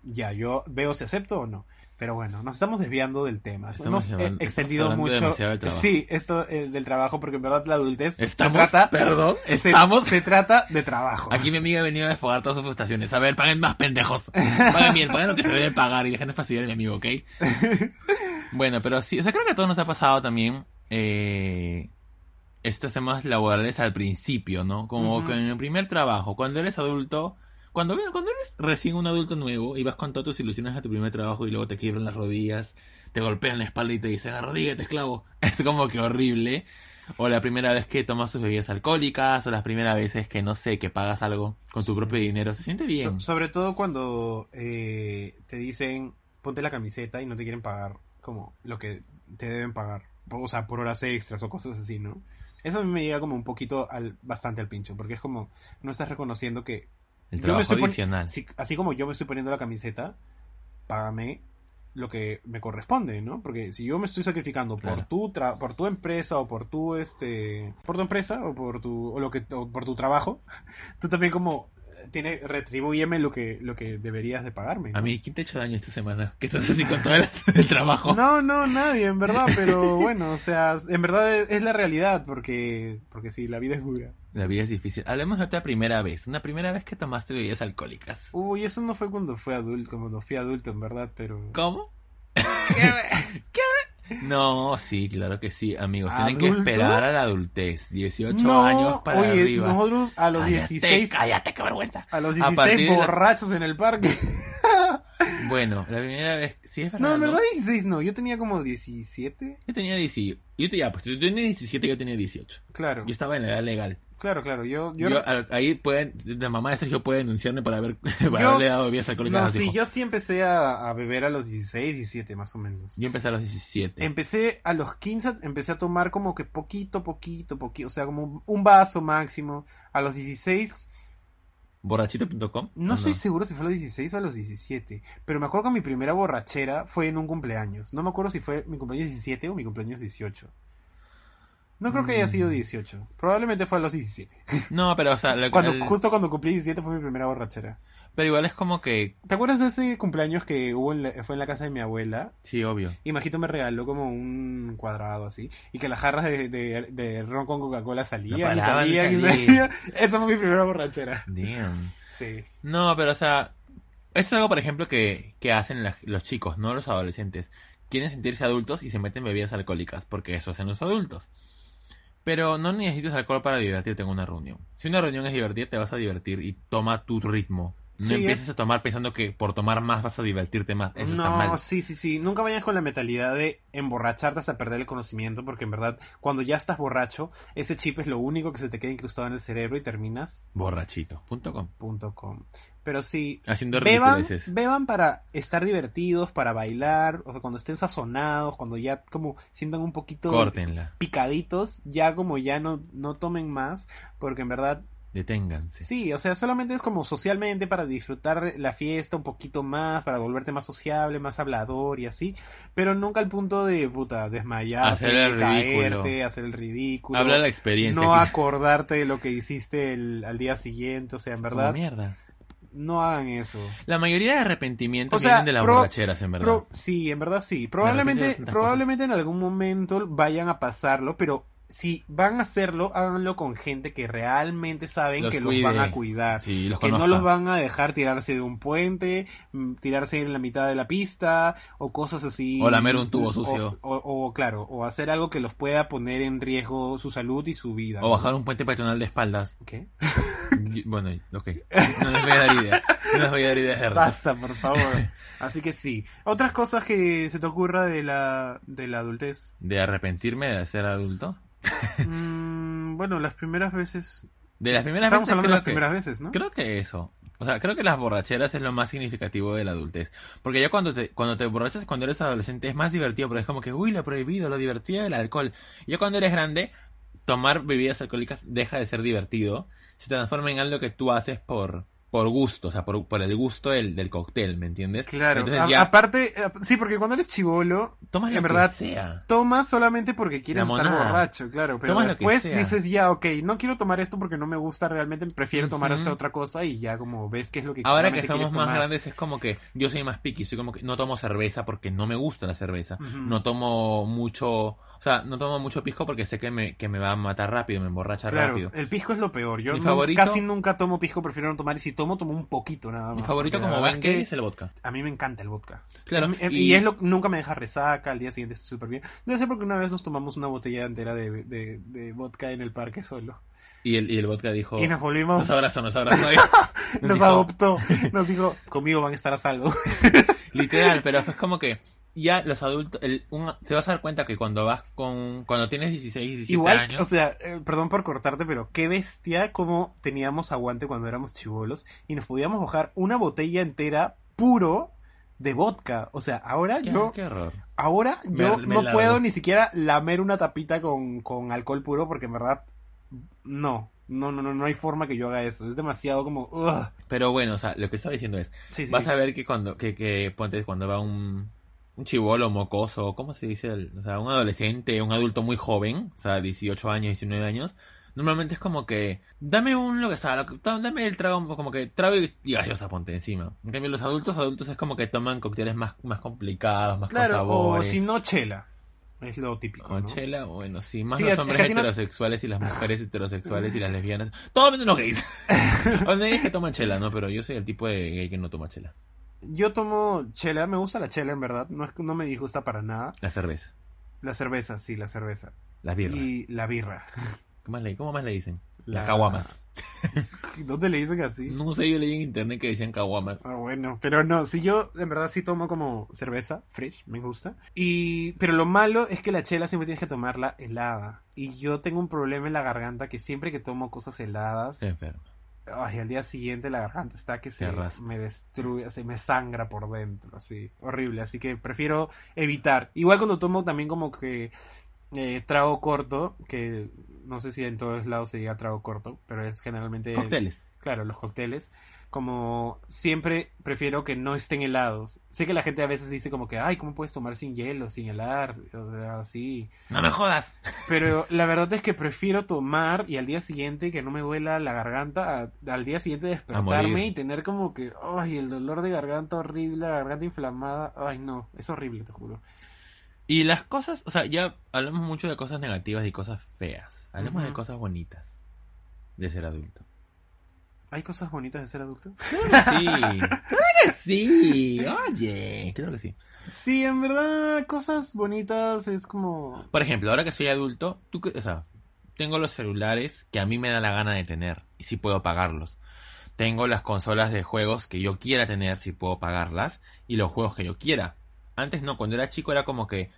[SPEAKER 2] ya yo veo si acepto o no. Pero bueno, nos estamos desviando del tema.
[SPEAKER 1] Estamos
[SPEAKER 2] Hemos eh,
[SPEAKER 1] hablando-
[SPEAKER 2] extendido
[SPEAKER 1] estamos hablando
[SPEAKER 2] mucho.
[SPEAKER 1] demasiado del trabajo.
[SPEAKER 2] sí, esto eh, del trabajo, porque en verdad la adultez
[SPEAKER 1] Estamos,
[SPEAKER 2] se trata,
[SPEAKER 1] perdón,
[SPEAKER 2] se-
[SPEAKER 1] estamos.
[SPEAKER 2] Se, trata de trabajo.
[SPEAKER 1] Aquí mi amiga ha venido a desfogar todas sus frustraciones. A ver, paguen más pendejos. Paguen bien, paguen lo que se debe pagar y dejen de fastidiar a mi amigo, ¿ok? Bueno, pero sí, o sea, creo que a todos nos ha pasado también eh, estas temas laborales al principio, ¿no? Como
[SPEAKER 2] Ujú.
[SPEAKER 1] que en el primer trabajo, cuando eres adulto, cuando, cuando eres recién un adulto nuevo y vas con todas tus ilusiones a tu primer trabajo y luego te quiebran las rodillas, te golpean la espalda y te dicen, arrodíllate, esclavo. Es como que horrible. O la primera vez que tomas sus bebidas alcohólicas, o las primeras veces que, no sé, que pagas algo con tu propio dinero, se siente bien.
[SPEAKER 2] So- sobre todo cuando eh, te dicen ponte la camiseta y no te quieren pagar como lo que te deben pagar. O sea, por horas extras o cosas así, ¿no? Eso a mí me llega como un poquito al, bastante al pincho, porque es como, no estás reconociendo que
[SPEAKER 1] El
[SPEAKER 2] Yo me
[SPEAKER 1] trabajo
[SPEAKER 2] estoy poni-
[SPEAKER 1] adicional.
[SPEAKER 2] Así, así como yo me estoy poniendo la camiseta, págame lo que me corresponde, ¿no? Porque si yo me estoy sacrificando
[SPEAKER 1] Claro.
[SPEAKER 2] por tu tra- por tu empresa o por tu este, por tu empresa o por tu o lo que o por tu trabajo, tú también como eh, tiene retribúyeme lo que lo que deberías de pagarme. ¿no?
[SPEAKER 1] A mí, ¿quién te ha hecho daño esta semana? Que estás así con todo el, el trabajo.
[SPEAKER 2] No, no, nadie, en verdad, pero bueno, o sea, en verdad es, es la realidad porque porque sí, la vida es dura.
[SPEAKER 1] La vida es difícil. Hablemos de otra primera vez. Una primera vez que tomaste bebidas alcohólicas.
[SPEAKER 2] Uy, eso no fue cuando fue adulto, cuando fui adulto, en verdad, pero
[SPEAKER 1] ¿Cómo? ¿Qué? No, sí, claro que sí, amigos. Tienen que
[SPEAKER 2] ¿Adulto?
[SPEAKER 1] esperar a la adultez. 18
[SPEAKER 2] No,
[SPEAKER 1] años para
[SPEAKER 2] oye,
[SPEAKER 1] arriba.
[SPEAKER 2] nosotros a los
[SPEAKER 1] Cállate,
[SPEAKER 2] 16
[SPEAKER 1] Cállate, qué vergüenza.
[SPEAKER 2] A los
[SPEAKER 1] A
[SPEAKER 2] 16
[SPEAKER 1] partir de las-
[SPEAKER 2] borrachos en el parque.
[SPEAKER 1] Bueno, la primera vez. Sí, es verdad.
[SPEAKER 2] No, en
[SPEAKER 1] ¿no?
[SPEAKER 2] verdad 16 no, yo tenía como 17.
[SPEAKER 1] Yo tenía 18. Yo te- ya, pues tú tenías 17, yo tenía 18.
[SPEAKER 2] Claro,
[SPEAKER 1] Yo estaba en la edad legal.
[SPEAKER 2] claro, claro. Yo, yo,
[SPEAKER 1] Yo, a- ahí pueden, la mamá de Sergio puede denunciarme por haber por
[SPEAKER 2] yo-
[SPEAKER 1] haberle dado bebidas alcohólicas a
[SPEAKER 2] No,
[SPEAKER 1] los
[SPEAKER 2] sí,
[SPEAKER 1] hijos.
[SPEAKER 2] yo sí empecé a, a beber a los 16, 17 más o menos.
[SPEAKER 1] Yo empecé a los 17.
[SPEAKER 2] Empecé a los 15, empecé a tomar como que poquito, poquito, poquito, o sea, como un- un vaso máximo. A los 16,
[SPEAKER 1] Borrachito.com.
[SPEAKER 2] no
[SPEAKER 1] ¿o
[SPEAKER 2] estoy seguro si fue a los 16 o a los 17, pero me acuerdo que mi primera borrachera fue en un cumpleaños. No me acuerdo si fue mi cumpleaños 17 o mi cumpleaños 18. No creo que haya
[SPEAKER 1] Mm.
[SPEAKER 2] sido 18, probablemente fue a los 17.
[SPEAKER 1] No, pero o sea, lo-
[SPEAKER 2] Cuando,
[SPEAKER 1] el-
[SPEAKER 2] Justo cuando cumplí 17 fue mi primera borrachera.
[SPEAKER 1] pero igual es como que
[SPEAKER 2] ¿Te acuerdas de ese cumpleaños que hubo en la- fue en la casa de mi abuela?
[SPEAKER 1] sí, obvio.
[SPEAKER 2] Y Majito me regaló como un cuadrado así. Y que las jarras de, de- de ron con Coca-Cola
[SPEAKER 1] No
[SPEAKER 2] salían y
[SPEAKER 1] paraban de
[SPEAKER 2] salían y
[SPEAKER 1] salir.
[SPEAKER 2] salían. Esa fue mi primera borrachera.
[SPEAKER 1] Damn.
[SPEAKER 2] Sí.
[SPEAKER 1] No, pero o sea, eso es algo, por ejemplo, que, que hacen las- los chicos, no los adolescentes. quieren sentirse adultos y se meten bebidas alcohólicas, porque eso hacen los adultos. Pero no necesitas alcohol para divertirte en una reunión. Si una reunión es divertida, te vas a divertir y toma tu ritmo. No
[SPEAKER 2] Sí,
[SPEAKER 1] empieces a tomar pensando que por tomar más vas a divertirte más. Eso está
[SPEAKER 2] No,
[SPEAKER 1] mal.
[SPEAKER 2] sí, sí, sí. Nunca vayas con la mentalidad de emborracharte hasta perder el conocimiento, porque en verdad, cuando ya estás borracho, ese chip es lo único que se te queda incrustado en el cerebro y terminas.
[SPEAKER 1] Borrachito.com.
[SPEAKER 2] Punto com. Pero sí,
[SPEAKER 1] Haciendo
[SPEAKER 2] beban,
[SPEAKER 1] ridiculeces.
[SPEAKER 2] beban para estar divertidos, para bailar, o sea, cuando estén sazonados, cuando ya como sientan un poquito
[SPEAKER 1] Córtenla.
[SPEAKER 2] picaditos, ya como ya no, no tomen más, porque en verdad
[SPEAKER 1] Deténganse.
[SPEAKER 2] Sí, o sea, solamente es como socialmente para disfrutar la fiesta un poquito más, para volverte más sociable, más hablador y así, pero nunca al punto de, puta, desmayarte,
[SPEAKER 1] Hacer el
[SPEAKER 2] caerte,
[SPEAKER 1] ridículo.
[SPEAKER 2] hacer el ridículo,
[SPEAKER 1] Habla la experiencia.
[SPEAKER 2] no
[SPEAKER 1] aquí.
[SPEAKER 2] acordarte de lo que hiciste el- al día siguiente, o sea, en
[SPEAKER 1] Como
[SPEAKER 2] verdad,
[SPEAKER 1] mierda.
[SPEAKER 2] no hagan eso.
[SPEAKER 1] La mayoría de arrepentimientos
[SPEAKER 2] O sea,
[SPEAKER 1] vienen de las
[SPEAKER 2] pro-
[SPEAKER 1] borracheras, en verdad.
[SPEAKER 2] Pro- sí, en verdad sí,
[SPEAKER 1] de
[SPEAKER 2] probablemente,
[SPEAKER 1] tantas
[SPEAKER 2] probablemente en algún momento vayan a pasarlo, pero... Si van a hacerlo, háganlo con gente que realmente saben
[SPEAKER 1] Los
[SPEAKER 2] que
[SPEAKER 1] cuide.
[SPEAKER 2] los van a cuidar.
[SPEAKER 1] Sí, los
[SPEAKER 2] que
[SPEAKER 1] conozca.
[SPEAKER 2] no los van a dejar tirarse de un puente, mm, tirarse en la mitad de la pista, o cosas así.
[SPEAKER 1] O lamer un tubo sucio.
[SPEAKER 2] O, o- o, claro, o hacer algo que los pueda poner en riesgo su salud y su vida.
[SPEAKER 1] O bajar un puente peatonal de espaldas.
[SPEAKER 2] ¿Qué?
[SPEAKER 1] Y- bueno, ok. No les voy a dar ideas. No les voy a dar ideas de verdad.
[SPEAKER 2] Basta, por favor. Así que sí. Otras cosas que se te ocurra de la, de la adultez.
[SPEAKER 1] ¿De arrepentirme de ser adulto?
[SPEAKER 2] Mm, bueno, las primeras veces.
[SPEAKER 1] De las primeras
[SPEAKER 2] Estamos
[SPEAKER 1] veces
[SPEAKER 2] hablando
[SPEAKER 1] creo
[SPEAKER 2] de las
[SPEAKER 1] que...
[SPEAKER 2] primeras veces, ¿no?
[SPEAKER 1] Creo que eso. O sea, creo que las borracheras es lo más significativo de la adultez. Porque ya cuando te, cuando te borrachas, cuando eres adolescente, es más divertido, porque es como que, uy, lo prohibido, lo divertido del alcohol. Y ya cuando eres grande, tomar bebidas alcohólicas deja de ser divertido, se transforma en algo que tú haces por, por gusto, o sea, por, por el gusto del, del cóctel, ¿me entiendes?
[SPEAKER 2] Claro.
[SPEAKER 1] Entonces
[SPEAKER 2] A-
[SPEAKER 1] ya
[SPEAKER 2] Aparte, eh, sí, porque cuando eres chivolo,
[SPEAKER 1] tomas
[SPEAKER 2] en
[SPEAKER 1] lo
[SPEAKER 2] verdad,
[SPEAKER 1] que sea.
[SPEAKER 2] tomas solamente porque quieres
[SPEAKER 1] La
[SPEAKER 2] estar
[SPEAKER 1] monada.
[SPEAKER 2] borracho, claro. Pero
[SPEAKER 1] Tomas lo que
[SPEAKER 2] después
[SPEAKER 1] sea.
[SPEAKER 2] dices, ya, ok, no quiero tomar esto porque no me gusta realmente, prefiero tomar
[SPEAKER 1] Ujú.
[SPEAKER 2] esta otra cosa y ya como ves qué es lo que
[SPEAKER 1] Ahora que
[SPEAKER 2] realmente
[SPEAKER 1] somos
[SPEAKER 2] quieres
[SPEAKER 1] más
[SPEAKER 2] tomar.
[SPEAKER 1] grandes es como que yo soy más picky, soy como que no tomo cerveza porque no me gusta la cerveza,
[SPEAKER 2] Ujú.
[SPEAKER 1] no tomo mucho, o sea, no tomo mucho pisco porque sé que me, que me va a matar rápido, me emborracha
[SPEAKER 2] Claro,
[SPEAKER 1] rápido.
[SPEAKER 2] el pisco es lo peor. Yo
[SPEAKER 1] Mi
[SPEAKER 2] no-
[SPEAKER 1] favorito-
[SPEAKER 2] casi nunca tomo pisco, prefiero no tomar. Y si tomo, tomo un poquito nada más.
[SPEAKER 1] Mi favorito
[SPEAKER 2] porque la
[SPEAKER 1] como
[SPEAKER 2] verdad
[SPEAKER 1] ven que
[SPEAKER 2] es
[SPEAKER 1] es el vodka.
[SPEAKER 2] que a mí me encanta el vodka.
[SPEAKER 1] Claro,
[SPEAKER 2] Em- em- y, es lo nunca me deja resaca, al día siguiente estoy súper bien. Debe ser porque una vez nos tomamos una botella entera de, de- de vodka en el parque solo.
[SPEAKER 1] y el, y el vodka dijo,
[SPEAKER 2] Y nos volvimos,
[SPEAKER 1] Oh. nos abrazó, nos abrazó. y- nos
[SPEAKER 2] nos
[SPEAKER 1] dijo,
[SPEAKER 2] adoptó, nos dijo, conmigo van a estar a salvo.
[SPEAKER 1] Literal, pero es como que ya los adultos, el- un- se vas a dar cuenta que cuando vas con, cuando tienes 16, 17
[SPEAKER 2] Igual,
[SPEAKER 1] años,
[SPEAKER 2] o sea, eh, perdón por cortarte, pero qué bestia como teníamos aguante cuando éramos chivolos y nos podíamos bajar una botella entera puro de vodka. O sea, ahora
[SPEAKER 1] qué,
[SPEAKER 2] yo,
[SPEAKER 1] qué error.
[SPEAKER 2] ahora yo
[SPEAKER 1] me
[SPEAKER 2] no
[SPEAKER 1] lavo.
[SPEAKER 2] puedo ni siquiera lamer una tapita con, con alcohol puro porque en verdad, no, no, no, no, no hay forma que yo haga eso. Es demasiado como, ugh.
[SPEAKER 1] Pero bueno, o sea, lo que estaba diciendo es,
[SPEAKER 2] Sí, sí.
[SPEAKER 1] Vas a ver que cuando, que, que ponte, cuando va un, un chivolo mocoso, ¿cómo se dice? El- o sea, un adolescente, un adulto muy joven, o sea, 18 años, 19 años, normalmente es como que, dame un, lo que sea, lo que- dame el trago, como que trago y, y gaseosa ponte encima. En cambio, los adultos, adultos es como que toman cócteles más, más complicados, más
[SPEAKER 2] claro,
[SPEAKER 1] con sabores.
[SPEAKER 2] o si no, chela. Es lo típico.
[SPEAKER 1] O
[SPEAKER 2] ¿no?
[SPEAKER 1] chela, bueno, sí, más
[SPEAKER 2] Sí, es
[SPEAKER 1] los
[SPEAKER 2] que
[SPEAKER 1] hombres
[SPEAKER 2] a ti no- Ah.
[SPEAKER 1] heterosexuales y las mujeres heterosexuales y las lesbianas. Todo menos los gays. los gays que toman chela, ¿no? Pero yo soy el tipo de gay que no toma chela.
[SPEAKER 2] Yo tomo chela, me gusta la chela en verdad, no, es, no me disgusta para nada.
[SPEAKER 1] La cerveza.
[SPEAKER 2] La cerveza, sí, la cerveza.
[SPEAKER 1] Las birras.
[SPEAKER 2] Y la birra.
[SPEAKER 1] ¿Qué más le- ¿Cómo más le dicen? Las
[SPEAKER 2] La-
[SPEAKER 1] caguamas.
[SPEAKER 2] ¿Dónde le dicen así?
[SPEAKER 1] No sé, yo leí en internet que decían caguamas.
[SPEAKER 2] Ah, bueno, pero no, si yo en verdad sí tomo como cerveza, fresh, me gusta. Y, pero lo malo es que la chela siempre tienes que tomarla helada. Y yo tengo un problema en la garganta que siempre que tomo cosas heladas,
[SPEAKER 1] Se enferma.
[SPEAKER 2] ay, al día siguiente la garganta está que se
[SPEAKER 1] Te raspa.
[SPEAKER 2] me destruye, se me sangra por dentro, así, horrible. Así que prefiero evitar. Igual cuando tomo también como que eh, trago corto, que no sé si en todos lados se diga trago corto, pero es generalmente...
[SPEAKER 1] Cócteles.
[SPEAKER 2] Claro, los cócteles. Como siempre prefiero que no estén helados. Sé que la gente a veces dice como que, ay, ¿cómo puedes tomar sin hielo, sin helar? O sea, así.
[SPEAKER 1] ¡No me jodas!
[SPEAKER 2] Pero la verdad es que prefiero tomar y al día siguiente que no me duela la garganta, a- al día siguiente despertarme
[SPEAKER 1] morir.
[SPEAKER 2] y tener como que, ay, el dolor de garganta horrible, la garganta inflamada. Ay, no, es horrible, te juro.
[SPEAKER 1] Y las cosas, o sea, ya hablamos mucho de cosas negativas y cosas feas. Hablemos de
[SPEAKER 2] Ujú.
[SPEAKER 1] cosas bonitas de ser adulto.
[SPEAKER 2] ¿Hay cosas bonitas de ser adulto?
[SPEAKER 1] Sí. Claro que sí. Oye, claro que sí.
[SPEAKER 2] Sí, en verdad, cosas bonitas es como...
[SPEAKER 1] Por ejemplo, ahora que soy adulto, tú, que- o sea, tengo los celulares que a mí me da la gana de tener y si puedo pagarlos. Tengo las consolas de juegos que yo quiera tener si puedo pagarlas y los juegos que yo quiera. Antes no, cuando era chico era como que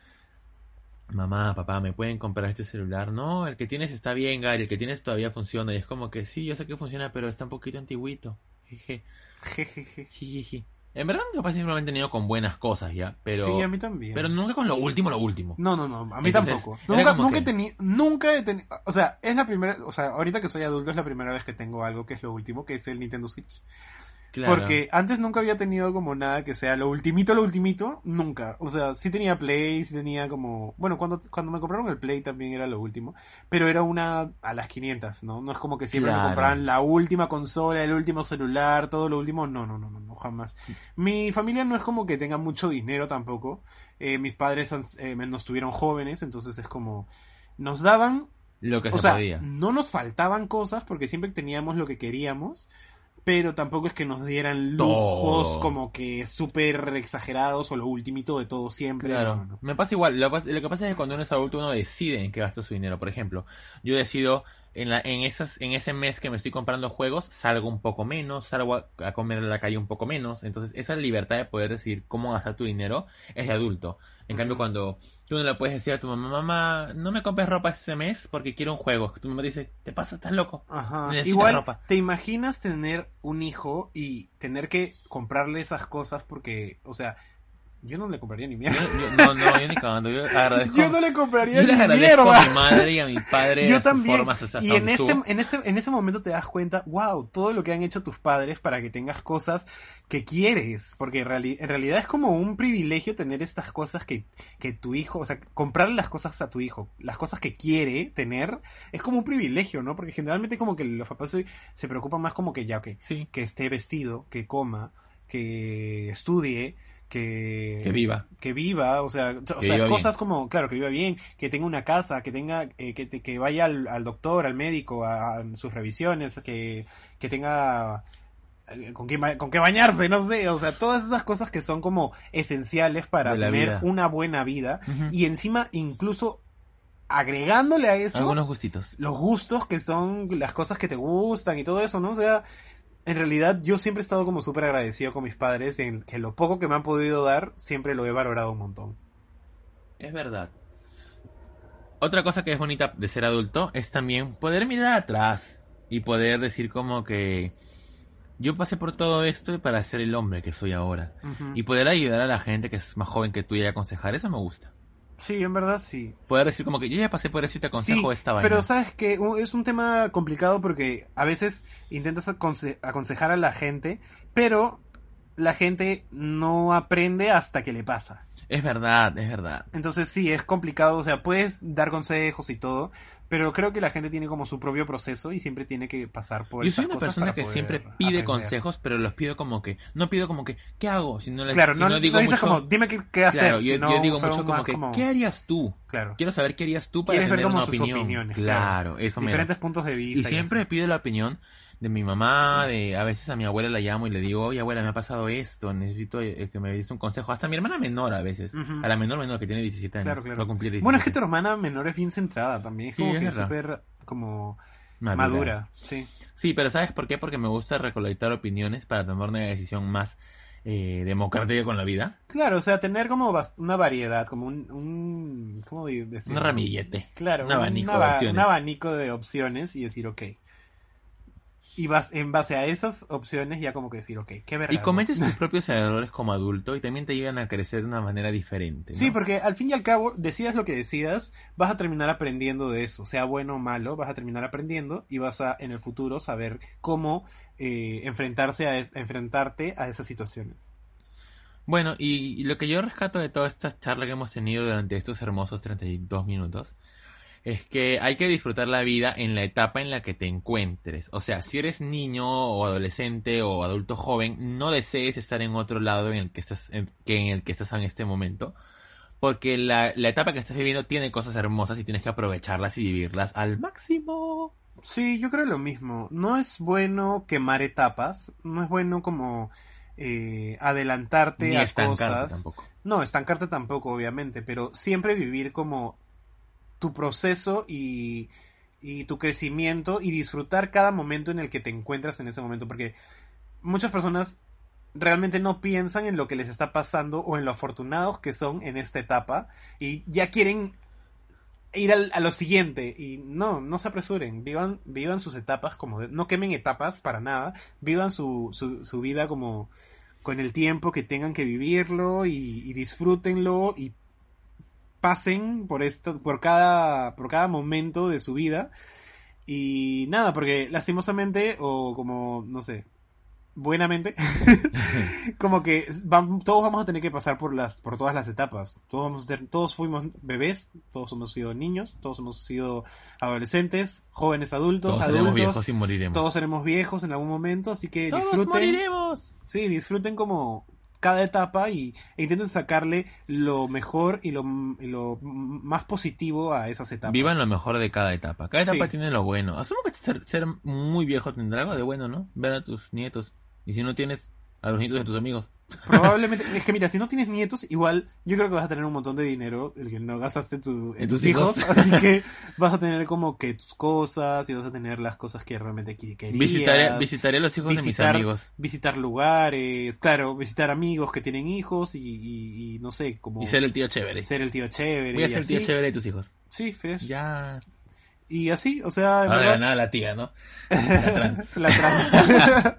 [SPEAKER 1] mamá, papá, ¿me pueden comprar este celular? No, el que tienes está bien, Gary, el que tienes todavía funciona y es como que sí, yo sé que funciona, pero está un poquito antiguito. Jeje,
[SPEAKER 2] Jejeje.
[SPEAKER 1] jijiji. En verdad, mis papás siempre me han tenido con buenas cosas ya, pero
[SPEAKER 2] Sí, a mí también.
[SPEAKER 1] pero nunca con lo último, lo último.
[SPEAKER 2] No, no, no, a mí
[SPEAKER 1] Entonces,
[SPEAKER 2] tampoco.
[SPEAKER 1] era
[SPEAKER 2] Nunca,
[SPEAKER 1] como
[SPEAKER 2] nunca he
[SPEAKER 1] que-
[SPEAKER 2] tenido, nunca he tenido, o sea, es la primera, o sea, ahorita que soy adulto es la primera vez que tengo algo que es lo último, que es el Nintendo Switch.
[SPEAKER 1] Claro.
[SPEAKER 2] Porque antes nunca había tenido como nada que sea lo ultimito, lo ultimito, nunca. O sea, sí tenía Play, sí tenía como... Bueno, cuando, cuando me compraron el Play también era lo último, pero era una a las 500, ¿no? No es como que siempre
[SPEAKER 1] Claro.
[SPEAKER 2] me compraban la última consola, el último celular, todo lo último. No, no, no, no, no, jamás. Mi familia no es como que tenga mucho dinero tampoco. Eh, mis padres han- eh, nos tuvieron jóvenes, entonces es como... Nos daban
[SPEAKER 1] Lo que
[SPEAKER 2] o
[SPEAKER 1] se
[SPEAKER 2] sea,
[SPEAKER 1] podía.
[SPEAKER 2] no nos faltaban cosas porque siempre teníamos lo que queríamos, pero tampoco es que nos dieran lujos
[SPEAKER 1] Todo.
[SPEAKER 2] como que súper exagerados o lo ultimito de todo siempre.
[SPEAKER 1] Claro.
[SPEAKER 2] No, no, no.
[SPEAKER 1] Me pasa igual. Lo, pas- lo que pasa es que cuando uno es adulto uno decide en qué gasta su dinero. Por ejemplo, yo decido en, la, en, esas, en ese mes que me estoy comprando juegos, salgo un poco menos, salgo a, a comer en la calle un poco menos. Entonces, esa libertad de poder decidir cómo gastar tu dinero es de adulto. En cambio, cuando tú no le puedes decir a tu mamá, mamá, no me compres ropa este mes porque quiero un juego. Tu mamá dice, te pasa, estás loco.
[SPEAKER 2] Ajá.
[SPEAKER 1] Necesito
[SPEAKER 2] Igual,
[SPEAKER 1] ropa.
[SPEAKER 2] ¿te imaginas tener un hijo y tener que comprarle esas cosas porque, o sea, yo no le compraría ni
[SPEAKER 1] Yo-
[SPEAKER 2] mierda.
[SPEAKER 1] yo- no, no, yo ni cagando. Yo agradezco.
[SPEAKER 2] Yo no le compraría
[SPEAKER 1] yo les
[SPEAKER 2] ni
[SPEAKER 1] agradezco
[SPEAKER 2] mierda.
[SPEAKER 1] a mi madre y a mi padre
[SPEAKER 2] Yo
[SPEAKER 1] a sus
[SPEAKER 2] también.
[SPEAKER 1] formas, hasta
[SPEAKER 2] y
[SPEAKER 1] donde
[SPEAKER 2] en este,
[SPEAKER 1] estuvo.
[SPEAKER 2] en, ese, en ese momento te das cuenta, wow, todo lo que han hecho tus padres para que tengas cosas que quieres. Porque en, reali- en realidad es como un privilegio tener estas cosas que, que tu hijo, o sea, comprar las cosas a tu hijo, las cosas que quiere tener, es como un privilegio, ¿no? Porque generalmente como que los papás se, se preocupan más como que ya, ok,
[SPEAKER 1] Sí,
[SPEAKER 2] que esté vestido, que coma, que estudie, que...
[SPEAKER 1] que viva.
[SPEAKER 2] que viva, o sea, t- o
[SPEAKER 1] Que
[SPEAKER 2] sea,
[SPEAKER 1] viva
[SPEAKER 2] cosas como, claro, que viva bien, que tenga una casa, que tenga, eh, que, te- que vaya al, al doctor, al médico, a, a sus revisiones, que, que tenga eh, con qué, ma- con qué bañarse, no sé, o sea, todas esas cosas que son como esenciales para
[SPEAKER 1] De la
[SPEAKER 2] tener
[SPEAKER 1] vida.
[SPEAKER 2] una buena vida
[SPEAKER 1] Ujú.
[SPEAKER 2] y encima incluso agregándole a eso
[SPEAKER 1] Algunos gustitos.
[SPEAKER 2] los gustos que son las cosas que te gustan y todo eso, ¿no? O sea, en realidad yo siempre he estado como súper agradecido con mis padres en que lo poco que me han podido dar siempre lo he valorado un montón.
[SPEAKER 1] Es verdad. Otra cosa que es bonita de ser adulto es también poder mirar atrás y poder decir como que yo pasé por todo esto para ser el hombre que soy ahora. Y poder ayudar a la gente que es más joven que tú y aconsejar, eso me gusta.
[SPEAKER 2] Sí, en verdad sí.
[SPEAKER 1] Poder decir como que yo ya pasé por eso y te aconsejo
[SPEAKER 2] Sí,
[SPEAKER 1] esta vaina.
[SPEAKER 2] Pero sabes que es un tema complicado porque a veces intentas aconse- aconsejar a la gente, pero la gente no aprende hasta que le pasa.
[SPEAKER 1] Es verdad, es verdad.
[SPEAKER 2] Entonces sí, es complicado, o sea, puedes dar consejos y todo, pero creo que la gente tiene como su propio proceso y siempre tiene que pasar por
[SPEAKER 1] Yo
[SPEAKER 2] esas
[SPEAKER 1] soy una
[SPEAKER 2] cosas
[SPEAKER 1] persona
[SPEAKER 2] para
[SPEAKER 1] que
[SPEAKER 2] poder
[SPEAKER 1] siempre pide
[SPEAKER 2] aprender.
[SPEAKER 1] consejos, pero los pido como que, no pido como que, ¿qué hago? Si no, les,
[SPEAKER 2] Claro,
[SPEAKER 1] si
[SPEAKER 2] no,
[SPEAKER 1] no digo
[SPEAKER 2] no dices
[SPEAKER 1] mucho,
[SPEAKER 2] como, dime qué, qué hacer.
[SPEAKER 1] claro, yo,
[SPEAKER 2] sino
[SPEAKER 1] yo digo
[SPEAKER 2] fue
[SPEAKER 1] mucho como
[SPEAKER 2] más
[SPEAKER 1] que, ¿qué harías tú?
[SPEAKER 2] Claro,
[SPEAKER 1] Quiero saber qué harías tú para
[SPEAKER 2] Quieres ver
[SPEAKER 1] tener
[SPEAKER 2] como
[SPEAKER 1] una
[SPEAKER 2] sus
[SPEAKER 1] opinión.
[SPEAKER 2] opiniones,
[SPEAKER 1] claro, eso me da.
[SPEAKER 2] diferentes puntos de
[SPEAKER 1] Y
[SPEAKER 2] vista.
[SPEAKER 1] siempre
[SPEAKER 2] así.
[SPEAKER 1] pido la opinión de mi mamá, de a veces a mi abuela la llamo y le digo, oye abuela, me ha pasado esto, necesito eh, que me des un consejo. Hasta mi hermana menor a veces,
[SPEAKER 2] Ujú.
[SPEAKER 1] a la menor menor que tiene 17 años,
[SPEAKER 2] Claro, claro.
[SPEAKER 1] va a cumplir 17.
[SPEAKER 2] Bueno, es que tu hermana menor es bien centrada también, es
[SPEAKER 1] Sí,
[SPEAKER 2] como
[SPEAKER 1] es
[SPEAKER 2] que
[SPEAKER 1] verdad.
[SPEAKER 2] súper como
[SPEAKER 1] Madura.
[SPEAKER 2] madura. sí.
[SPEAKER 1] Sí, pero ¿sabes por qué? Porque me gusta recolectar opiniones para tomar una decisión más eh, democrática con la vida.
[SPEAKER 2] Claro, o sea, tener como bas- una variedad, como un, un ¿cómo di-
[SPEAKER 1] Un
[SPEAKER 2] decirlo?
[SPEAKER 1] ramillete.
[SPEAKER 2] Claro,
[SPEAKER 1] Un abanico
[SPEAKER 2] un aba-
[SPEAKER 1] de opciones.
[SPEAKER 2] un abanico de opciones y decir, ok. Y vas, en base a esas opciones ya como que decir, ok, qué verdad.
[SPEAKER 1] Y cometes tus propios errores como adulto y también te llegan a crecer de una manera diferente. ¿no?
[SPEAKER 2] Sí, porque al fin y al cabo, decidas lo que decidas, vas a terminar aprendiendo de eso, sea bueno o malo, vas a terminar aprendiendo y vas a en el futuro saber cómo eh, enfrentarse a es- enfrentarte a esas situaciones.
[SPEAKER 1] Bueno, y, y lo que yo rescato de toda esta charla que hemos tenido durante estos hermosos 32 minutos es que hay que disfrutar la vida en la etapa en la que te encuentres. O sea, si eres niño o adolescente o adulto joven, no desees estar en otro lado en el que estás en, que en el que estás en este momento, porque la, la etapa que estás viviendo tiene cosas hermosas y tienes que aprovecharlas y vivirlas al máximo.
[SPEAKER 2] Sí, yo creo lo mismo. No es bueno quemar etapas, no es bueno como eh, adelantarte
[SPEAKER 1] Ni
[SPEAKER 2] a
[SPEAKER 1] estancarte
[SPEAKER 2] cosas.
[SPEAKER 1] tampoco.
[SPEAKER 2] No, estancarte tampoco, obviamente, pero siempre vivir como tu proceso y, y tu crecimiento y disfrutar cada momento en el que te encuentras en ese momento, porque muchas personas realmente no piensan en lo que les está pasando o en lo afortunados que son en esta etapa y ya quieren ir al- a lo siguiente y no, no se apresuren, vivan, vivan sus etapas como de- no quemen etapas para nada, vivan su, su, su vida como con el tiempo que tengan que vivirlo y, y disfrútenlo y pasen por esto, por cada, por cada momento de su vida. Y nada, porque lastimosamente, o como, no sé, buenamente, como que vam- todos vamos a tener que pasar por las, por todas las etapas. Todos vamos a ser, todos fuimos bebés, todos hemos sido niños, todos hemos sido adolescentes, jóvenes adultos,
[SPEAKER 1] Todos
[SPEAKER 2] adultos,
[SPEAKER 1] seremos viejos y moriremos.
[SPEAKER 2] todos seremos viejos en algún momento, así que disfruten.
[SPEAKER 1] moriremos.
[SPEAKER 2] Sí, disfruten como cada etapa y, e intenten sacarle lo mejor y lo, y lo más positivo a esas etapas.
[SPEAKER 1] Vivan lo mejor de cada etapa. Cada etapa
[SPEAKER 2] Sí.
[SPEAKER 1] tiene lo bueno. Asumo que ser, ser muy viejo tendrá algo de bueno, ¿no? Ver a tus nietos. Y si no tienes, a los nietos de tus amigos.
[SPEAKER 2] Probablemente, es que mira, si no tienes nietos, igual yo creo que vas a tener un montón de dinero el que no gastaste en, tu- en
[SPEAKER 1] En
[SPEAKER 2] tus
[SPEAKER 1] tus
[SPEAKER 2] hijos,
[SPEAKER 1] hijos.
[SPEAKER 2] así que vas a tener como que tus cosas y vas a tener las cosas que realmente qui- querías.
[SPEAKER 1] Visitaré, visitaré a los hijos
[SPEAKER 2] visitar-
[SPEAKER 1] de mis amigos.
[SPEAKER 2] visitar lugares, claro, visitar amigos que tienen hijos y, y- y no sé, como
[SPEAKER 1] Y ser el tío chévere.
[SPEAKER 2] ser el tío chévere.
[SPEAKER 1] Voy a
[SPEAKER 2] y
[SPEAKER 1] ser el tío
[SPEAKER 2] así.
[SPEAKER 1] chévere de tus hijos.
[SPEAKER 2] Sí, fresh.
[SPEAKER 1] Ya.
[SPEAKER 2] Y así, o sea, en
[SPEAKER 1] Ahora
[SPEAKER 2] verdad-
[SPEAKER 1] ganada la tía, ¿no? La trans.
[SPEAKER 2] La trans.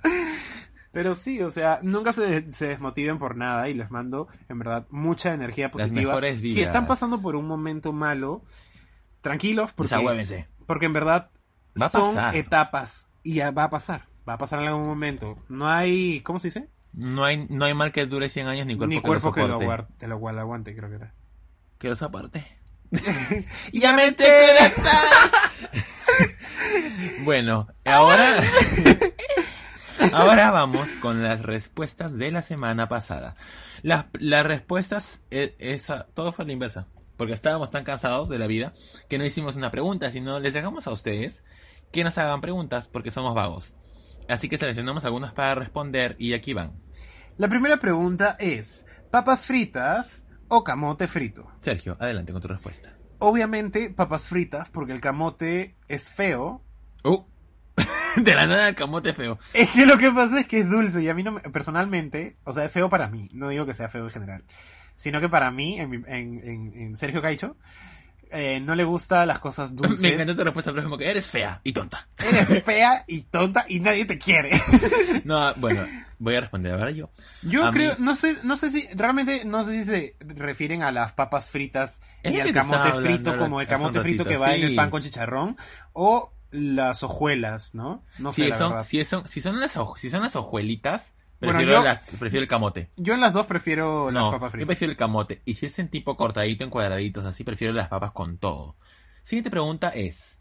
[SPEAKER 2] Pero sí, o sea, nunca se, se desmotiven por nada y les mando, en verdad, mucha energía positiva.
[SPEAKER 1] mejores
[SPEAKER 2] Si
[SPEAKER 1] vidas.
[SPEAKER 2] están pasando por un momento malo, tranquilos, porque,
[SPEAKER 1] Desahuévense.
[SPEAKER 2] porque en verdad
[SPEAKER 1] Va a
[SPEAKER 2] son
[SPEAKER 1] pasar.
[SPEAKER 2] etapas y ya va a pasar. Va a pasar en algún momento. No hay, ¿cómo se dice?
[SPEAKER 1] No hay, no hay mal que dure 100 años ni cuerpo,
[SPEAKER 2] Ni cuerpo
[SPEAKER 1] que
[SPEAKER 2] que lo,
[SPEAKER 1] soporte.
[SPEAKER 2] aguar- te lo aguar- aguante, creo que era.
[SPEAKER 1] Que los aparte. ya me enteré. bueno, ahora ahora vamos con las respuestas de la semana pasada. Las, las respuestas e- esa- todo fue a la inversa, porque estábamos tan cansados de la vida que no hicimos una pregunta, sino les dejamos a ustedes que nos hagan preguntas porque somos vagos. Así que seleccionamos algunas para responder y aquí van.
[SPEAKER 2] La primera pregunta es, ¿papas fritas o camote frito?
[SPEAKER 1] Sergio, adelante con tu respuesta.
[SPEAKER 2] Obviamente, papas fritas, porque el camote es feo
[SPEAKER 1] Uh. de la nada el camote feo.
[SPEAKER 2] Es que lo que pasa es que es dulce y a mí no me- personalmente, o sea, es feo para mí, no digo que sea feo en general, sino que para mí, en, mi- en- en- en Sergio Caicho, eh, no le gustan las cosas dulces.
[SPEAKER 1] Me encanta tu respuesta, pero es como que eres fea y tonta.
[SPEAKER 2] Eres fea y tonta y nadie te quiere.
[SPEAKER 1] No, ah, bueno, voy a responder ahora yo.
[SPEAKER 2] Yo
[SPEAKER 1] A mí-
[SPEAKER 2] creo, no sé, no sé si, realmente no sé si se refieren a las papas fritas
[SPEAKER 1] Es
[SPEAKER 2] y
[SPEAKER 1] lo
[SPEAKER 2] al
[SPEAKER 1] que te
[SPEAKER 2] camote
[SPEAKER 1] estaba hablando
[SPEAKER 2] frito, como el
[SPEAKER 1] hace un
[SPEAKER 2] camote frito que
[SPEAKER 1] ratito,
[SPEAKER 2] va en el
[SPEAKER 1] sí.
[SPEAKER 2] pan con chicharrón, o las hojuelas, ¿no? No sé,
[SPEAKER 1] si,
[SPEAKER 2] la
[SPEAKER 1] son,
[SPEAKER 2] verdad.
[SPEAKER 1] si, son, si, son las, hoj- si son las hojuelitas,
[SPEAKER 2] Bueno,
[SPEAKER 1] prefiero,
[SPEAKER 2] yo-
[SPEAKER 1] la- prefiero el camote.
[SPEAKER 2] Yo en las dos prefiero las
[SPEAKER 1] No,
[SPEAKER 2] papas
[SPEAKER 1] yo
[SPEAKER 2] fritas.
[SPEAKER 1] prefiero el camote. Y si es en tipo cortadito, en cuadraditos, así, prefiero las papas con todo. Siguiente pregunta es: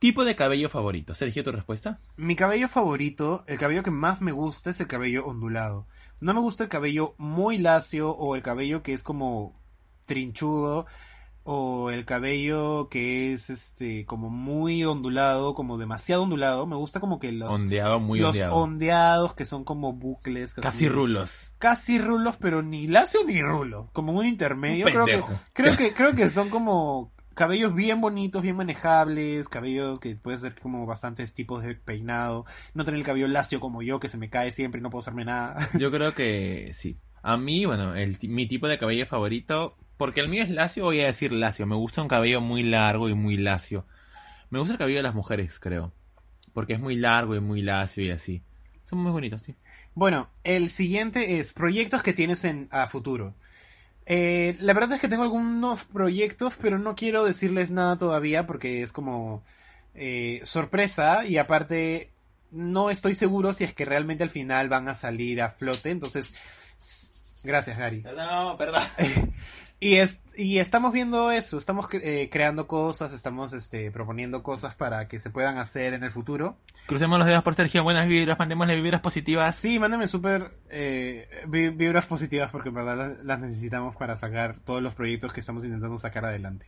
[SPEAKER 1] ¿Tipo de cabello favorito? Sergio, tu respuesta.
[SPEAKER 2] Mi cabello favorito, el cabello que más me gusta es el cabello ondulado. No me gusta el cabello muy lacio o el cabello que es como trinchudo o el cabello que es este como muy ondulado, como demasiado ondulado. Me gusta como que los,
[SPEAKER 1] ondeado, muy
[SPEAKER 2] los
[SPEAKER 1] ondeado.
[SPEAKER 2] ondeados que son como bucles.
[SPEAKER 1] Casi rulos.
[SPEAKER 2] Casi rulos, pero ni lacio ni rulo. Como un intermedio. Creo que,
[SPEAKER 1] Pendejo.
[SPEAKER 2] creo que, creo que son como cabellos bien bonitos, bien manejables, cabellos que puede ser como bastantes tipos de peinado, no tener el cabello lacio como yo, que se me cae siempre y no puedo hacerme nada.
[SPEAKER 1] Yo creo que sí. A mí, bueno, el, ti- mi tipo de cabello favorito, porque el mío es lacio, voy a decir lacio. Me gusta un cabello muy largo y muy lacio. Me gusta el cabello de las mujeres, creo. Porque es muy largo y muy lacio y así. Son muy bonitos, sí.
[SPEAKER 2] Bueno, el siguiente es proyectos que tienes en a futuro. Eh, la verdad es que tengo algunos proyectos, pero no quiero decirles nada todavía porque es como eh, sorpresa y aparte no estoy seguro si es que realmente al final van a salir a flote. Entonces, s- gracias Gary.
[SPEAKER 1] Perdón, perdón.
[SPEAKER 2] Y, es, y estamos viendo eso, estamos cre- eh, creando cosas, estamos este, proponiendo cosas para que se puedan hacer en el futuro.
[SPEAKER 1] Crucemos los dedos por Sergio. Buenas vibras, mandémosle vibras positivas.
[SPEAKER 2] Sí, mándame súper eh, vi- vibras positivas porque en verdad las, las necesitamos para sacar todos los proyectos que estamos intentando sacar adelante.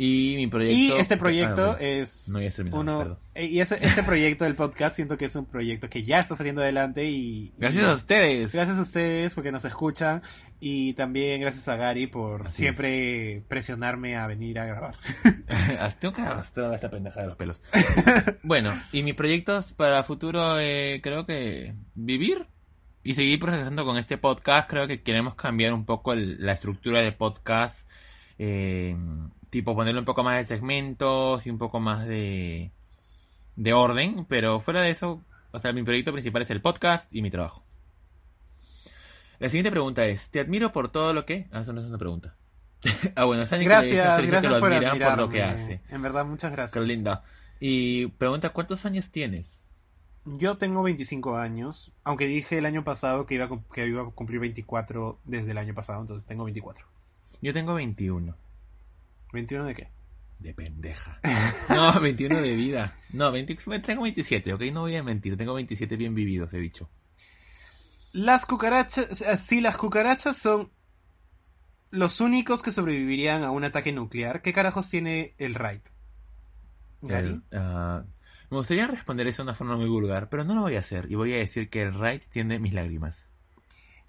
[SPEAKER 1] Y mi proyecto.
[SPEAKER 2] Y este
[SPEAKER 1] Ah,
[SPEAKER 2] proyecto
[SPEAKER 1] no,
[SPEAKER 2] es
[SPEAKER 1] no, ya has terminado,
[SPEAKER 2] uno eh,
[SPEAKER 1] perdón.
[SPEAKER 2] y ese, ese proyecto del podcast siento que es un proyecto que ya está saliendo adelante y
[SPEAKER 1] Gracias a ustedes.
[SPEAKER 2] Gracias a ustedes porque nos escuchan y también gracias a Gary por
[SPEAKER 1] Así
[SPEAKER 2] siempre presionarme a venir a grabar.
[SPEAKER 1] Hasta tengo que arrastrar a esta pendeja de los pelos. bueno, y mis proyectos para futuro, eh, creo que vivir y seguir procesando con este podcast. Creo que queremos cambiar un poco el- la estructura del podcast. eh, tipo ponerle un poco más de segmentos y un poco más de, de orden. Pero fuera de eso, o sea, mi proyecto principal es el podcast y mi trabajo. La siguiente pregunta es, ¿te admiro por todo lo que...? Ah, eso no es una pregunta. ah, bueno, es alguien que le dice a
[SPEAKER 2] Gracias,
[SPEAKER 1] Sergio que
[SPEAKER 2] gracias
[SPEAKER 1] lo
[SPEAKER 2] por
[SPEAKER 1] admiran por lo que
[SPEAKER 2] admirarme.
[SPEAKER 1] hace.
[SPEAKER 2] En verdad, muchas
[SPEAKER 1] Qué
[SPEAKER 2] gracias.
[SPEAKER 1] linda. Y pregunta, ¿cuántos años tienes?
[SPEAKER 2] Yo tengo 25 años, aunque dije el año pasado que iba, a cum- que iba a cumplir 24 desde el año pasado, entonces tengo 24.
[SPEAKER 1] Yo tengo 21.
[SPEAKER 2] ¿21 de qué?
[SPEAKER 1] De pendeja. No, 21 de vida. No, 20 tengo 27, ok, no voy a mentir. Tengo 27 bien vividos, he dicho.
[SPEAKER 2] Las cucarachas, eh, si las cucarachas son los únicos que sobrevivirían a un ataque nuclear, ¿qué carajos tiene el Raid? Gary.
[SPEAKER 1] El, ah, me gustaría responder eso de una forma muy vulgar, pero no lo voy a hacer. Y voy a decir que el Raid tiene mis lágrimas.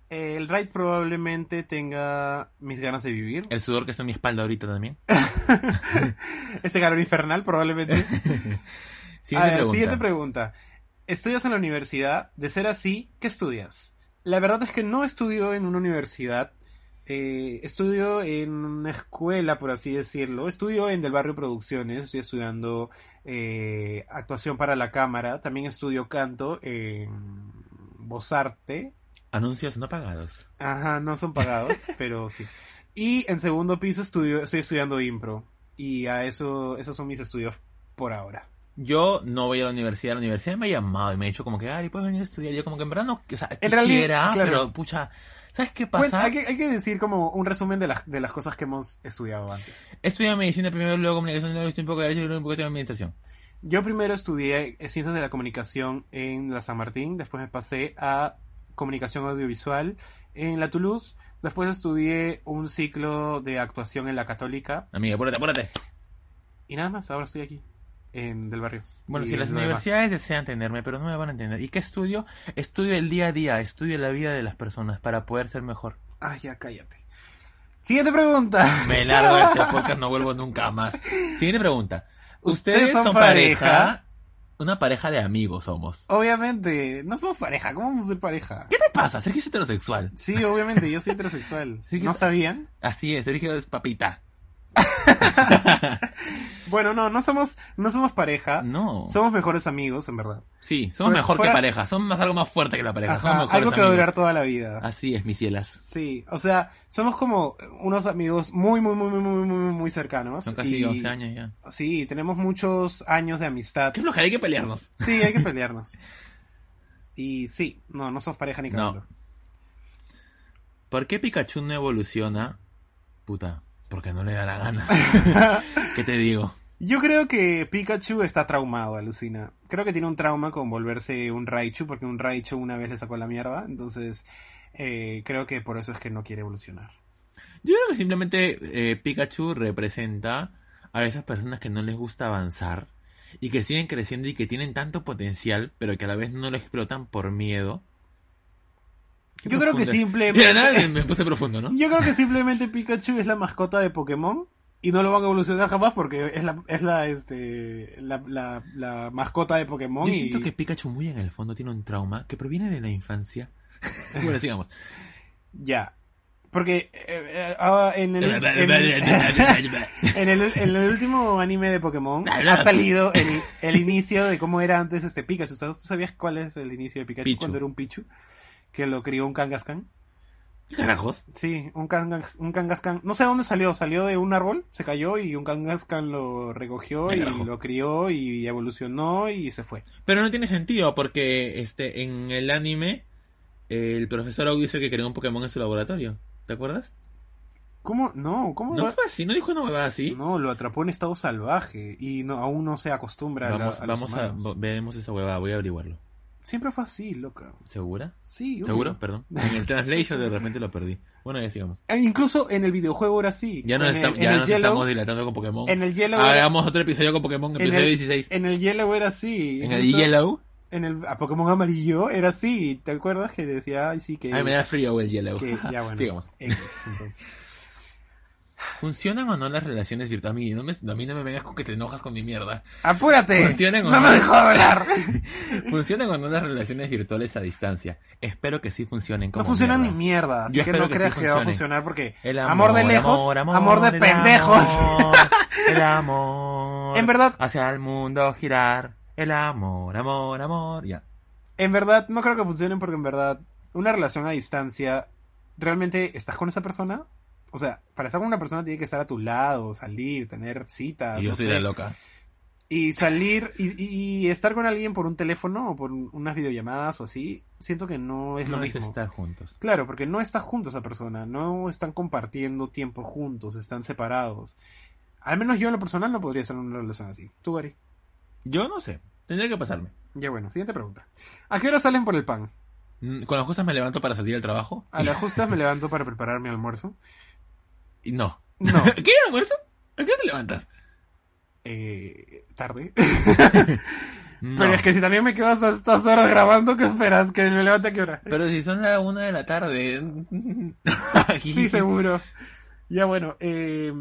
[SPEAKER 2] El Raid probablemente tenga mis ganas de vivir.
[SPEAKER 1] El sudor que está en mi espalda ahorita también.
[SPEAKER 2] Ese calor infernal probablemente. A
[SPEAKER 1] Siguiente
[SPEAKER 2] ver,
[SPEAKER 1] pregunta.
[SPEAKER 2] siguiente pregunta. ¿Estudias en la universidad? De ser así, ¿qué estudias? La verdad es que no estudio en una universidad. eh, estudio en una escuela, por así decirlo. Estudio en Del Barrio Producciones. Estoy estudiando eh, actuación para la cámara. También estudio canto en Bozarte.
[SPEAKER 1] Anuncios no pagados.
[SPEAKER 2] Ajá, no son pagados, pero sí. Y en segundo piso estudio, estoy estudiando impro. Y a eso, esos son mis estudios por ahora.
[SPEAKER 1] Yo no voy a la universidad. La universidad me ha llamado y me ha dicho como que, Ari, puedes venir a estudiar. Yo como que en verdad no, o sea,
[SPEAKER 2] realidad,
[SPEAKER 1] quisiera,
[SPEAKER 2] claro.
[SPEAKER 1] pero pucha, ¿sabes qué
[SPEAKER 2] Bueno,
[SPEAKER 1] pasa?
[SPEAKER 2] Pues, hay, que, hay que decir como un resumen de las, de las cosas que hemos estudiado antes.
[SPEAKER 1] Estudié medicina primero, luego comunicación, luego estudié un poco de derecho, luego un poco de administración.
[SPEAKER 2] Yo primero estudié eh, Ciencias de la Comunicación en la San Martín, después me pasé a Comunicación Audiovisual en la Toulouse, después estudié un ciclo de actuación en la Católica
[SPEAKER 1] Amiga, apúrate, apúrate.
[SPEAKER 2] y nada más, ahora estoy aquí, en Del Barrio.
[SPEAKER 1] Bueno,
[SPEAKER 2] Y
[SPEAKER 1] si las
[SPEAKER 2] lo demás.
[SPEAKER 1] universidades desean tenerme, pero no me van a entender. ¿Y qué estudio? Estudio el día a día, estudio la vida de las personas para poder ser mejor.
[SPEAKER 2] Ay, ya cállate. Siguiente pregunta.
[SPEAKER 1] Me largo de este podcast, no vuelvo nunca más. Siguiente pregunta.
[SPEAKER 2] ¿Ustedes
[SPEAKER 1] ¿Ustedes,
[SPEAKER 2] son
[SPEAKER 1] son,
[SPEAKER 2] pareja?
[SPEAKER 1] pareja? Una pareja de amigos somos.
[SPEAKER 2] Obviamente, no somos pareja, ¿cómo vamos a ser pareja?
[SPEAKER 1] ¿Qué te pasa? Sergio es heterosexual.
[SPEAKER 2] Sí, obviamente, yo soy heterosexual.
[SPEAKER 1] Sí que
[SPEAKER 2] ¿No
[SPEAKER 1] sa-
[SPEAKER 2] sabían?
[SPEAKER 1] Así es, Sergio es papita.
[SPEAKER 2] Bueno, no, no somos, no somos pareja.
[SPEAKER 1] No.
[SPEAKER 2] Somos mejores amigos, en verdad.
[SPEAKER 1] Sí, somos
[SPEAKER 2] Fuera-
[SPEAKER 1] mejor
[SPEAKER 2] fuera-
[SPEAKER 1] que pareja, somos más, algo más fuerte que la pareja,
[SPEAKER 2] Ajá,
[SPEAKER 1] somos mejores
[SPEAKER 2] algo que va a
[SPEAKER 1] amigos. Ah.
[SPEAKER 2] durar toda la vida.
[SPEAKER 1] Así es, mis cielas.
[SPEAKER 2] Sí, o sea, somos como unos amigos muy, muy, muy, muy, muy, muy, muy cercanos.
[SPEAKER 1] Son casi
[SPEAKER 2] y-
[SPEAKER 1] 11 años ya.
[SPEAKER 2] Sí, tenemos muchos años de amistad.
[SPEAKER 1] Qué flojera, hay que pelearnos.
[SPEAKER 2] Sí, hay que pelearnos. y sí, no, no somos pareja ni
[SPEAKER 1] No.
[SPEAKER 2] cagando.
[SPEAKER 1] ¿Por qué Pikachu no evoluciona? Puta, porque no le da la gana. ¿Qué te digo?
[SPEAKER 2] Yo creo que Pikachu está traumado, alucina. Creo que tiene un trauma con volverse un Raichu, porque un Raichu una vez le sacó la mierda. Entonces, eh, creo que por eso es que no quiere evolucionar.
[SPEAKER 1] Yo creo que simplemente eh, Pikachu representa a esas personas que no les gusta avanzar y que siguen creciendo y que tienen tanto potencial, pero que a la vez no lo explotan por miedo. Qué
[SPEAKER 2] Yo creo que
[SPEAKER 1] profunda.
[SPEAKER 2] simplemente...
[SPEAKER 1] Mira, nada, me puse profundo, ¿no?
[SPEAKER 2] Yo creo que simplemente Pikachu es la mascota de Pokémon y no lo van a evolucionar jamás porque es la, es la, este, la, la- la mascota de Pokémon.
[SPEAKER 1] Yo
[SPEAKER 2] y...
[SPEAKER 1] siento que Pikachu muy en el fondo tiene un trauma que proviene de la infancia. bueno, sigamos.
[SPEAKER 2] Ya. Porque eh, eh, ah, en, el, en,
[SPEAKER 1] Pero
[SPEAKER 2] en el- en el último anime de Pokémon ha salido el, el inicio de cómo era antes este Pikachu. ¿Tú tú sabías cuál es el inicio de Pikachu
[SPEAKER 1] Pichu.
[SPEAKER 2] cuando era un Pichu? Que lo crió un Kangaskhan.
[SPEAKER 1] Carajos.
[SPEAKER 2] Sí, un, Kangas, un Kangaskhan. No sé dónde salió. Salió de un árbol, se cayó y un Kangaskhan lo recogió
[SPEAKER 1] Me
[SPEAKER 2] y
[SPEAKER 1] agarró.
[SPEAKER 2] lo crió y evolucionó y se fue.
[SPEAKER 1] Pero no tiene sentido porque este en el anime el profesor Oak dice que creó un Pokémon en su laboratorio. ¿Te acuerdas?
[SPEAKER 2] Ah, ¿Cómo? No, ¿cómo?
[SPEAKER 1] No
[SPEAKER 2] va-
[SPEAKER 1] fue así, no dijo una huevada así.
[SPEAKER 2] No, lo atrapó en estado salvaje y no, aún no se acostumbra a la-
[SPEAKER 1] vamos
[SPEAKER 2] a los
[SPEAKER 1] vamos a,
[SPEAKER 2] humanos.
[SPEAKER 1] veremos esa huevada, voy a averiguarlo.
[SPEAKER 2] Siempre fue así, loca.
[SPEAKER 1] ¿Segura?
[SPEAKER 2] Sí, obvio.
[SPEAKER 1] ¿Seguro? Perdón. En el translation de repente lo perdí. Bueno, ya sigamos.
[SPEAKER 2] E incluso en el videojuego era así.
[SPEAKER 1] Ya nos,
[SPEAKER 2] en el,
[SPEAKER 1] estamos,
[SPEAKER 2] en
[SPEAKER 1] ya
[SPEAKER 2] el
[SPEAKER 1] nos
[SPEAKER 2] Yellow-
[SPEAKER 1] estamos dilatando con Pokémon.
[SPEAKER 2] En el Yellow era-
[SPEAKER 1] Hagamos otro episodio con Pokémon,
[SPEAKER 2] en
[SPEAKER 1] episodio
[SPEAKER 2] el-
[SPEAKER 1] 16.
[SPEAKER 2] En el Yellow era así.
[SPEAKER 1] En el
[SPEAKER 2] Incluso
[SPEAKER 1] Yellow.
[SPEAKER 2] En el a Pokémon amarillo era así. ¿Te acuerdas que decía, ay, sí, que.
[SPEAKER 1] Ay, me da frío el Yellow.
[SPEAKER 2] que- ya, bueno.
[SPEAKER 1] Sigamos.
[SPEAKER 2] X, entonces.
[SPEAKER 1] ¿Funcionan o no las relaciones virtuales? A mí no me, a mí no me vengas con que te enojas con mi mierda.
[SPEAKER 2] ¡Apúrate!
[SPEAKER 1] Funcionen o
[SPEAKER 2] ¡No
[SPEAKER 1] no.
[SPEAKER 2] me dejó hablar!
[SPEAKER 1] ¿Funcionan o no las relaciones virtuales a distancia? Espero que sí funcionen.
[SPEAKER 2] No
[SPEAKER 1] Como
[SPEAKER 2] funcionan
[SPEAKER 1] mierda.
[SPEAKER 2] ni mierda. Así
[SPEAKER 1] Yo
[SPEAKER 2] que
[SPEAKER 1] espero
[SPEAKER 2] no
[SPEAKER 1] que sí
[SPEAKER 2] creas que va a
[SPEAKER 1] funcionen.
[SPEAKER 2] funcionar porque.
[SPEAKER 1] El
[SPEAKER 2] amor, de lejos, amor, de
[SPEAKER 1] el
[SPEAKER 2] pendejos.
[SPEAKER 1] amor, el amor.
[SPEAKER 2] En verdad.
[SPEAKER 1] Hacia el mundo girar. El amor, amor, amor. Ya.
[SPEAKER 2] En verdad, no creo que funcionen porque en verdad, una relación a distancia, ¿realmente estás con esa persona? O sea, para estar con una persona tiene que estar a tu lado, salir, tener citas.
[SPEAKER 1] Y yo
[SPEAKER 2] no
[SPEAKER 1] soy
[SPEAKER 2] sé.
[SPEAKER 1] la loca.
[SPEAKER 2] Y salir y, y- y estar con alguien por un teléfono o por un- unas videollamadas o así, siento que no es lo
[SPEAKER 1] No es
[SPEAKER 2] mismo.
[SPEAKER 1] estar juntos.
[SPEAKER 2] Claro, porque no está junto esa persona, no están compartiendo tiempo juntos, están separados. Al menos yo en lo personal no podría estar en una relación así. Tú, Gary.
[SPEAKER 1] Yo no sé. Tendría que pasarme.
[SPEAKER 2] Ya bueno, siguiente pregunta. ¿A qué hora salen por el pan?
[SPEAKER 1] Mm, Con las cosas me levanto para salir al trabajo.
[SPEAKER 2] A las justas me levanto para preparar mi almuerzo.
[SPEAKER 1] Y no.
[SPEAKER 2] No,
[SPEAKER 1] ¿Qué almuerzo? ¿A qué hora te levantas?
[SPEAKER 2] eh, tarde.
[SPEAKER 1] No.
[SPEAKER 2] Pero es que si también me quedo hasta estas horas grabando, ¿qué esperas? ¿Que me levante a qué hora?
[SPEAKER 1] Pero si son la una de la tarde.
[SPEAKER 2] Sí, seguro. Ya bueno, eh,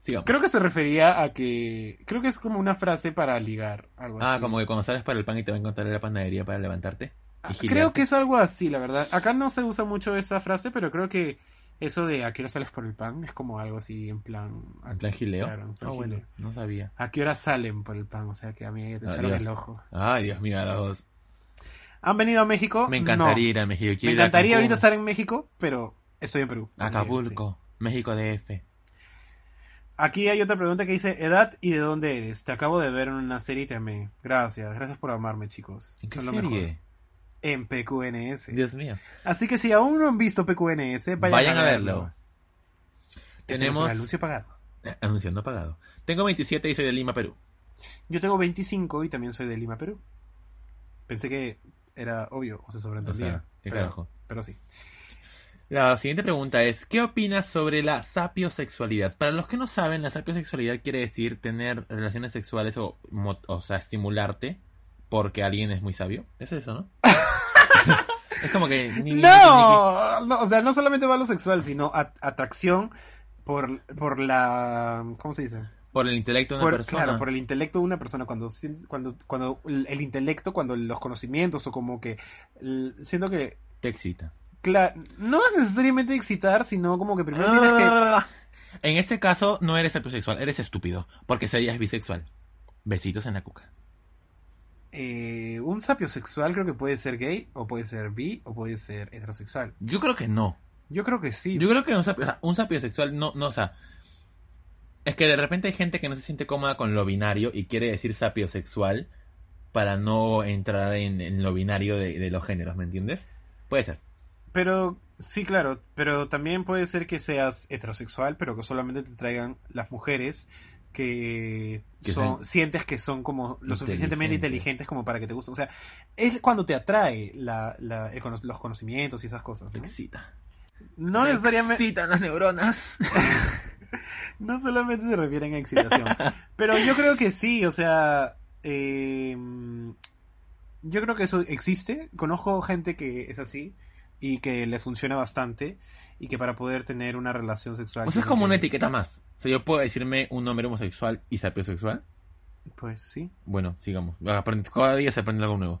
[SPEAKER 1] Sigamos.
[SPEAKER 2] creo que se refería a que... Creo que es como una frase para ligar, algo
[SPEAKER 1] Ah,
[SPEAKER 2] así.
[SPEAKER 1] como que cuando sales para el pan y te va a encontrar en la panadería para levantarte.
[SPEAKER 2] Ah,
[SPEAKER 1] y
[SPEAKER 2] Creo
[SPEAKER 1] girarte.
[SPEAKER 2] que es algo así, la verdad. Acá no se usa mucho esa frase, pero creo que eso de a qué hora sales por el pan es como algo así en plan...
[SPEAKER 1] En plan gileo.
[SPEAKER 2] Claro, en plan
[SPEAKER 1] Ah, bueno,
[SPEAKER 2] gileo.
[SPEAKER 1] no sabía.
[SPEAKER 2] ¿A qué hora salen por el pan? O sea, que a mí ya te
[SPEAKER 1] Ah,
[SPEAKER 2] echaron
[SPEAKER 1] Dios.
[SPEAKER 2] el ojo.
[SPEAKER 1] Ay, Dios mío, a las dos.
[SPEAKER 2] ¿Han venido a México?
[SPEAKER 1] Me
[SPEAKER 2] No.
[SPEAKER 1] encantaría ir a México. Quiero
[SPEAKER 2] Me
[SPEAKER 1] ir a
[SPEAKER 2] encantaría
[SPEAKER 1] Cancún,
[SPEAKER 2] ahorita estar en México, pero estoy en Perú. Sí.
[SPEAKER 1] Acapulco, México DF.
[SPEAKER 2] Aquí hay otra pregunta que dice, edad y de dónde eres. Te acabo de ver en una serie y te amé. Gracias, gracias por amarme, chicos.
[SPEAKER 1] ¿En qué
[SPEAKER 2] Son lo
[SPEAKER 1] serie?
[SPEAKER 2] mejor. En PQNS.
[SPEAKER 1] Dios mío.
[SPEAKER 2] Así que si aún no han visto PQNS, vayan,
[SPEAKER 1] Vayan a
[SPEAKER 2] a
[SPEAKER 1] verlo.
[SPEAKER 2] verlo.
[SPEAKER 1] Tenemos-
[SPEAKER 2] Tenemos anuncio pagado.
[SPEAKER 1] Eh, Anuncio no pagado. Tengo 27 y soy de Lima, Perú.
[SPEAKER 2] Yo tengo 25 y también soy de Lima, Perú. Pensé que era obvio o se
[SPEAKER 1] O
[SPEAKER 2] sobreentendía.
[SPEAKER 1] sea, qué
[SPEAKER 2] pero,
[SPEAKER 1] carajo.
[SPEAKER 2] pero sí.
[SPEAKER 1] La siguiente pregunta es, ¿qué opinas sobre la sapiosexualidad? Para los que no saben, la sapiosexualidad quiere decir tener relaciones sexuales o, mo- o sea, estimularte porque alguien es muy sabio. Es eso, ¿no? es como que... ni- ni- ni-
[SPEAKER 2] No, no, o sea, no solamente va a lo sexual, sino at- atracción por, por la... ¿Cómo se dice?
[SPEAKER 1] ni- por el intelecto de una
[SPEAKER 2] Por-
[SPEAKER 1] persona.
[SPEAKER 2] Claro, por el intelecto de una persona. Cuando, sien- cuando, cuando el el intelecto, cuando los conocimientos o como que... l- Siento que...
[SPEAKER 1] Te excita.
[SPEAKER 2] cla- no es necesariamente excitar, sino como que primero tienes que...
[SPEAKER 1] En este caso, no eres sapiosexual, eres estúpido, porque serías bisexual. Besitos en la cuca.
[SPEAKER 2] eh, un sapio sexual creo que puede ser gay, o puede ser bi, o puede ser heterosexual.
[SPEAKER 1] Yo creo que no.
[SPEAKER 2] Yo creo que sí.
[SPEAKER 1] Yo creo que un, sapio, o sea, un sapiosexual no, no, o sea, es que de repente hay gente que no se siente cómoda con lo binario y quiere decir sapiosexual para no entrar en, en lo binario de, de los géneros, ¿me entiendes? Puede ser.
[SPEAKER 2] Pero, sí, claro, pero también puede ser que seas heterosexual, pero que solamente te traigan las mujeres que,
[SPEAKER 1] Que
[SPEAKER 2] son,
[SPEAKER 1] sean-
[SPEAKER 2] sientes que son como lo suficientemente
[SPEAKER 1] Inteligentes.
[SPEAKER 2] inteligentes como para que te guste. O sea, es cuando te atrae la, la- el cono- los conocimientos y esas cosas.
[SPEAKER 1] Te
[SPEAKER 2] No,
[SPEAKER 1] excita.
[SPEAKER 2] No
[SPEAKER 1] Te
[SPEAKER 2] necesariamente,
[SPEAKER 1] excitan las neuronas.
[SPEAKER 2] no solamente se refieren a excitación, pero yo creo que sí, o sea, eh, yo creo que eso existe. Conozco gente que es así y que les funciona bastante y que para poder tener una relación sexual.
[SPEAKER 1] O sea, es como
[SPEAKER 2] tienen
[SPEAKER 1] una
[SPEAKER 2] que-
[SPEAKER 1] etiqueta más. O sea, yo puedo decirme un hombre homosexual y sapiosexual.
[SPEAKER 2] Pues sí,
[SPEAKER 1] Bueno, sigamos. Aprende- Cada día se aprende algo nuevo.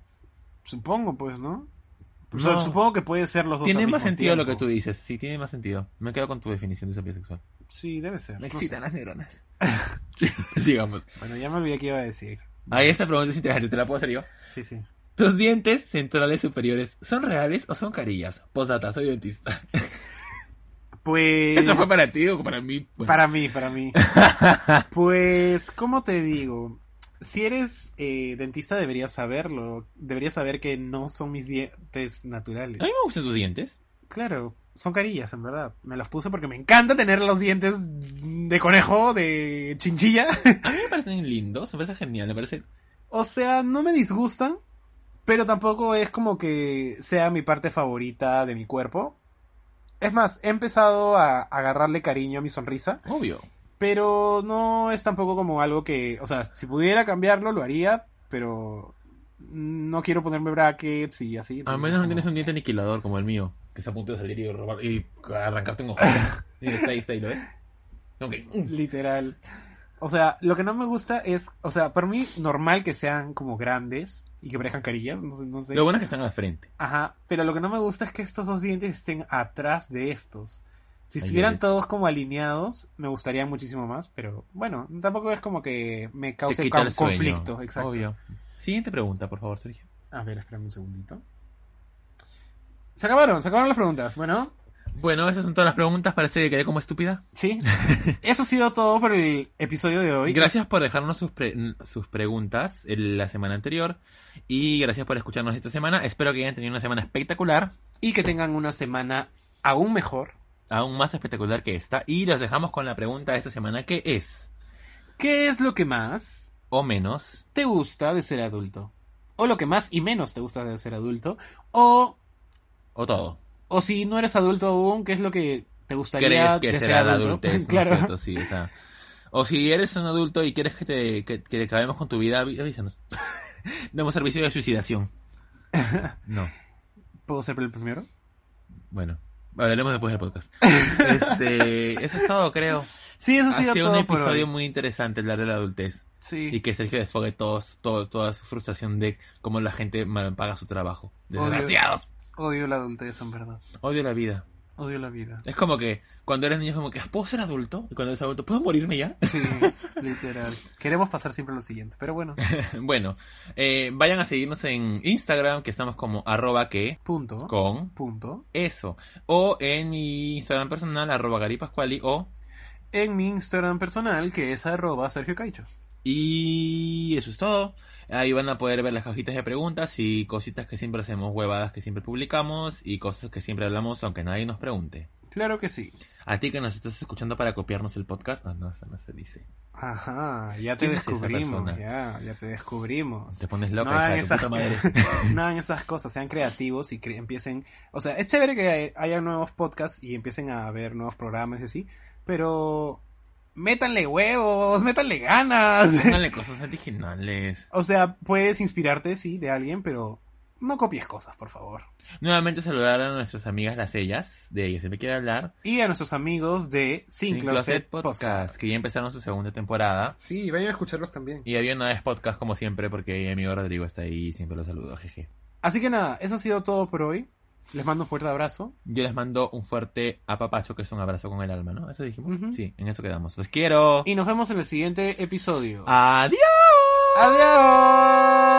[SPEAKER 2] supongo, pues, ¿no? O sea,
[SPEAKER 1] No.
[SPEAKER 2] supongo que puede ser los dos.
[SPEAKER 1] Tiene
[SPEAKER 2] al
[SPEAKER 1] más
[SPEAKER 2] mismo
[SPEAKER 1] sentido lo que
[SPEAKER 2] tiempo.
[SPEAKER 1] tú dices. Sí, tiene más sentido. Me quedo con tu definición de sapiosexual.
[SPEAKER 2] Sí, debe ser.
[SPEAKER 1] Me
[SPEAKER 2] no sé.
[SPEAKER 1] excitan las neuronas. sigamos.
[SPEAKER 2] Bueno, ya me olvidé qué iba a decir.
[SPEAKER 1] Ahí esta pregunta es interesante, te la puedo hacer yo.
[SPEAKER 2] Sí, sí.
[SPEAKER 1] ¿Tus dientes centrales superiores son reales o son carillas? Posdata, soy dentista.
[SPEAKER 2] Pues.
[SPEAKER 1] ¿Eso fue para ti o para mí? Bueno,
[SPEAKER 2] Para mí, para mí. pues, ¿cómo te digo? Si eres eh, dentista deberías saberlo. Deberías saber que no son mis dientes naturales.
[SPEAKER 1] A mí me gustan tus dientes.
[SPEAKER 2] Claro, son carillas, en verdad. Me los puse porque me encanta tener los dientes de conejo, de chinchilla.
[SPEAKER 1] A mí me parecen lindos, me parece genial, me parece...
[SPEAKER 2] O sea, no me disgustan, Pero tampoco es como que sea mi parte favorita de mi cuerpo. Es más, he empezado a agarrarle cariño a mi sonrisa,
[SPEAKER 1] Obvio.
[SPEAKER 2] pero no es tampoco como algo que, o sea, si pudiera cambiarlo lo haría, pero no quiero ponerme brackets y así.
[SPEAKER 1] A
[SPEAKER 2] entonces
[SPEAKER 1] menos no
[SPEAKER 2] como-
[SPEAKER 1] tienes un diente aniquilador como el mío, que está a punto de salir y robar y arrancarte un ojo. Sí, está ahí, está ahí, ¿lo ves? Ok.
[SPEAKER 2] Literal. O sea, lo que no me gusta es, o sea, para mí normal que sean como grandes y que parezcan carillas, no sé, no sé.
[SPEAKER 1] Lo bueno es que están al frente.
[SPEAKER 2] Ajá, pero lo que no me gusta es que estos dos dientes estén atrás de estos. Si
[SPEAKER 1] Ay,
[SPEAKER 2] estuvieran
[SPEAKER 1] ay.
[SPEAKER 2] todos como alineados, me gustaría muchísimo más, pero bueno, tampoco es como que me
[SPEAKER 1] Te
[SPEAKER 2] cause
[SPEAKER 1] quita
[SPEAKER 2] ca-
[SPEAKER 1] el sueño.
[SPEAKER 2] conflicto, exacto.
[SPEAKER 1] Obvio. Siguiente pregunta, por favor, Sergio.
[SPEAKER 2] A ver, espérame un segundito. Se acabaron, se acabaron las preguntas. Bueno,
[SPEAKER 1] Bueno, esas son todas las preguntas. Parece que quedé como estúpida.
[SPEAKER 2] sí. Eso ha sido todo por el episodio de hoy.
[SPEAKER 1] Gracias por dejarnos sus, pre- sus preguntas en la semana anterior. Y gracias por escucharnos esta semana. Espero que hayan tenido una semana espectacular.
[SPEAKER 2] Y que tengan una semana aún mejor.
[SPEAKER 1] Aún más espectacular que esta. Y los dejamos con la pregunta de esta semana que es,
[SPEAKER 2] ¿Qué es lo que más
[SPEAKER 1] o menos,
[SPEAKER 2] te gusta de ser adulto? O lo que más y menos te gusta de ser adulto. O,
[SPEAKER 1] o todo.
[SPEAKER 2] o si no eres adulto aún, ¿qué es lo que te gustaría
[SPEAKER 1] ¿Crees que
[SPEAKER 2] de ser
[SPEAKER 1] será la
[SPEAKER 2] adulto?
[SPEAKER 1] adultez? ¿no es
[SPEAKER 2] claro.
[SPEAKER 1] cierto? Sí, o, sea, o si eres un adulto y quieres que te que, que acabemos con tu vida, avi- avísanos. Damos servicio de suicidación. No.
[SPEAKER 2] ¿Puedo ser el primero?
[SPEAKER 1] Bueno, hablaremos después del podcast. Este, eso es todo, creo.
[SPEAKER 2] Sí, eso
[SPEAKER 1] Ha
[SPEAKER 2] ha sido
[SPEAKER 1] sido
[SPEAKER 2] todo
[SPEAKER 1] un
[SPEAKER 2] por
[SPEAKER 1] episodio
[SPEAKER 2] hoy.
[SPEAKER 1] muy interesante hablar de la adultez
[SPEAKER 2] Sí.
[SPEAKER 1] y que Sergio desfogue todos, todo- toda su frustración de cómo la gente mal paga su trabajo.
[SPEAKER 2] Odio.
[SPEAKER 1] Desgraciados.
[SPEAKER 2] Odio la adultez, en verdad.
[SPEAKER 1] Odio la vida.
[SPEAKER 2] Odio la vida.
[SPEAKER 1] Es como que cuando eres niño es como que "Ah, ¿puedo ser adulto? Y cuando eres adulto ¿puedo morirme ya?
[SPEAKER 2] Sí, literal. Queremos pasar siempre a lo siguiente, pero bueno.
[SPEAKER 1] bueno, eh, vayan a seguirnos en Instagram que estamos como arroba que
[SPEAKER 2] Punto.
[SPEAKER 1] con
[SPEAKER 2] Punto.
[SPEAKER 1] eso. O en mi Instagram personal arroba garipascuali o...
[SPEAKER 2] En mi Instagram personal, que es arroba Sergio Caicho.
[SPEAKER 1] Y eso es todo. Ahí van a poder ver las cajitas de preguntas y cositas que siempre hacemos, huevadas que siempre publicamos y cosas que siempre hablamos aunque nadie nos pregunte.
[SPEAKER 2] Claro que sí.
[SPEAKER 1] A ti que nos estás escuchando para copiarnos el podcast, ah, no, eso no se dice.
[SPEAKER 2] Ajá, ya te
[SPEAKER 1] ¿Quién es esa
[SPEAKER 2] descubrimos,
[SPEAKER 1] persona?
[SPEAKER 2] ya, ya te descubrimos.
[SPEAKER 1] Te pones loca,
[SPEAKER 2] No
[SPEAKER 1] hija
[SPEAKER 2] hagan
[SPEAKER 1] de tu
[SPEAKER 2] esas-
[SPEAKER 1] puta madre.
[SPEAKER 2] No hagan esas cosas, sean creativos y cre- empiecen. O sea, es chévere que hay- haya nuevos podcasts y empiecen a ver nuevos programas y así, pero métanle huevos, métanle ganas.
[SPEAKER 1] Pónganle cosas originales.
[SPEAKER 2] o sea, puedes inspirarte, sí, de alguien, pero no copies cosas, por favor.
[SPEAKER 1] Nuevamente saludar a nuestras amigas las ellas, de ellas siempre quiere hablar.
[SPEAKER 2] Y a nuestros amigos de Sin,
[SPEAKER 1] Sin
[SPEAKER 2] Closet,
[SPEAKER 1] Closet Podcast,
[SPEAKER 2] Podcast.
[SPEAKER 1] que ya empezaron su segunda temporada.
[SPEAKER 2] Sí, vayan a escucharlos también.
[SPEAKER 1] Y había una vez podcast como siempre, porque mi amigo Rodrigo está ahí y siempre lo saludo, jeje.
[SPEAKER 2] Así que nada, eso ha sido todo por hoy. Les mando un fuerte abrazo.
[SPEAKER 1] Yo les mando un fuerte apapacho, que es un abrazo con el alma, ¿no? Eso dijimos.
[SPEAKER 2] Ujú.
[SPEAKER 1] Sí, en eso quedamos. Los quiero.
[SPEAKER 2] Ah, Y nos vemos en el siguiente episodio.
[SPEAKER 1] Adiós.
[SPEAKER 2] Adiós.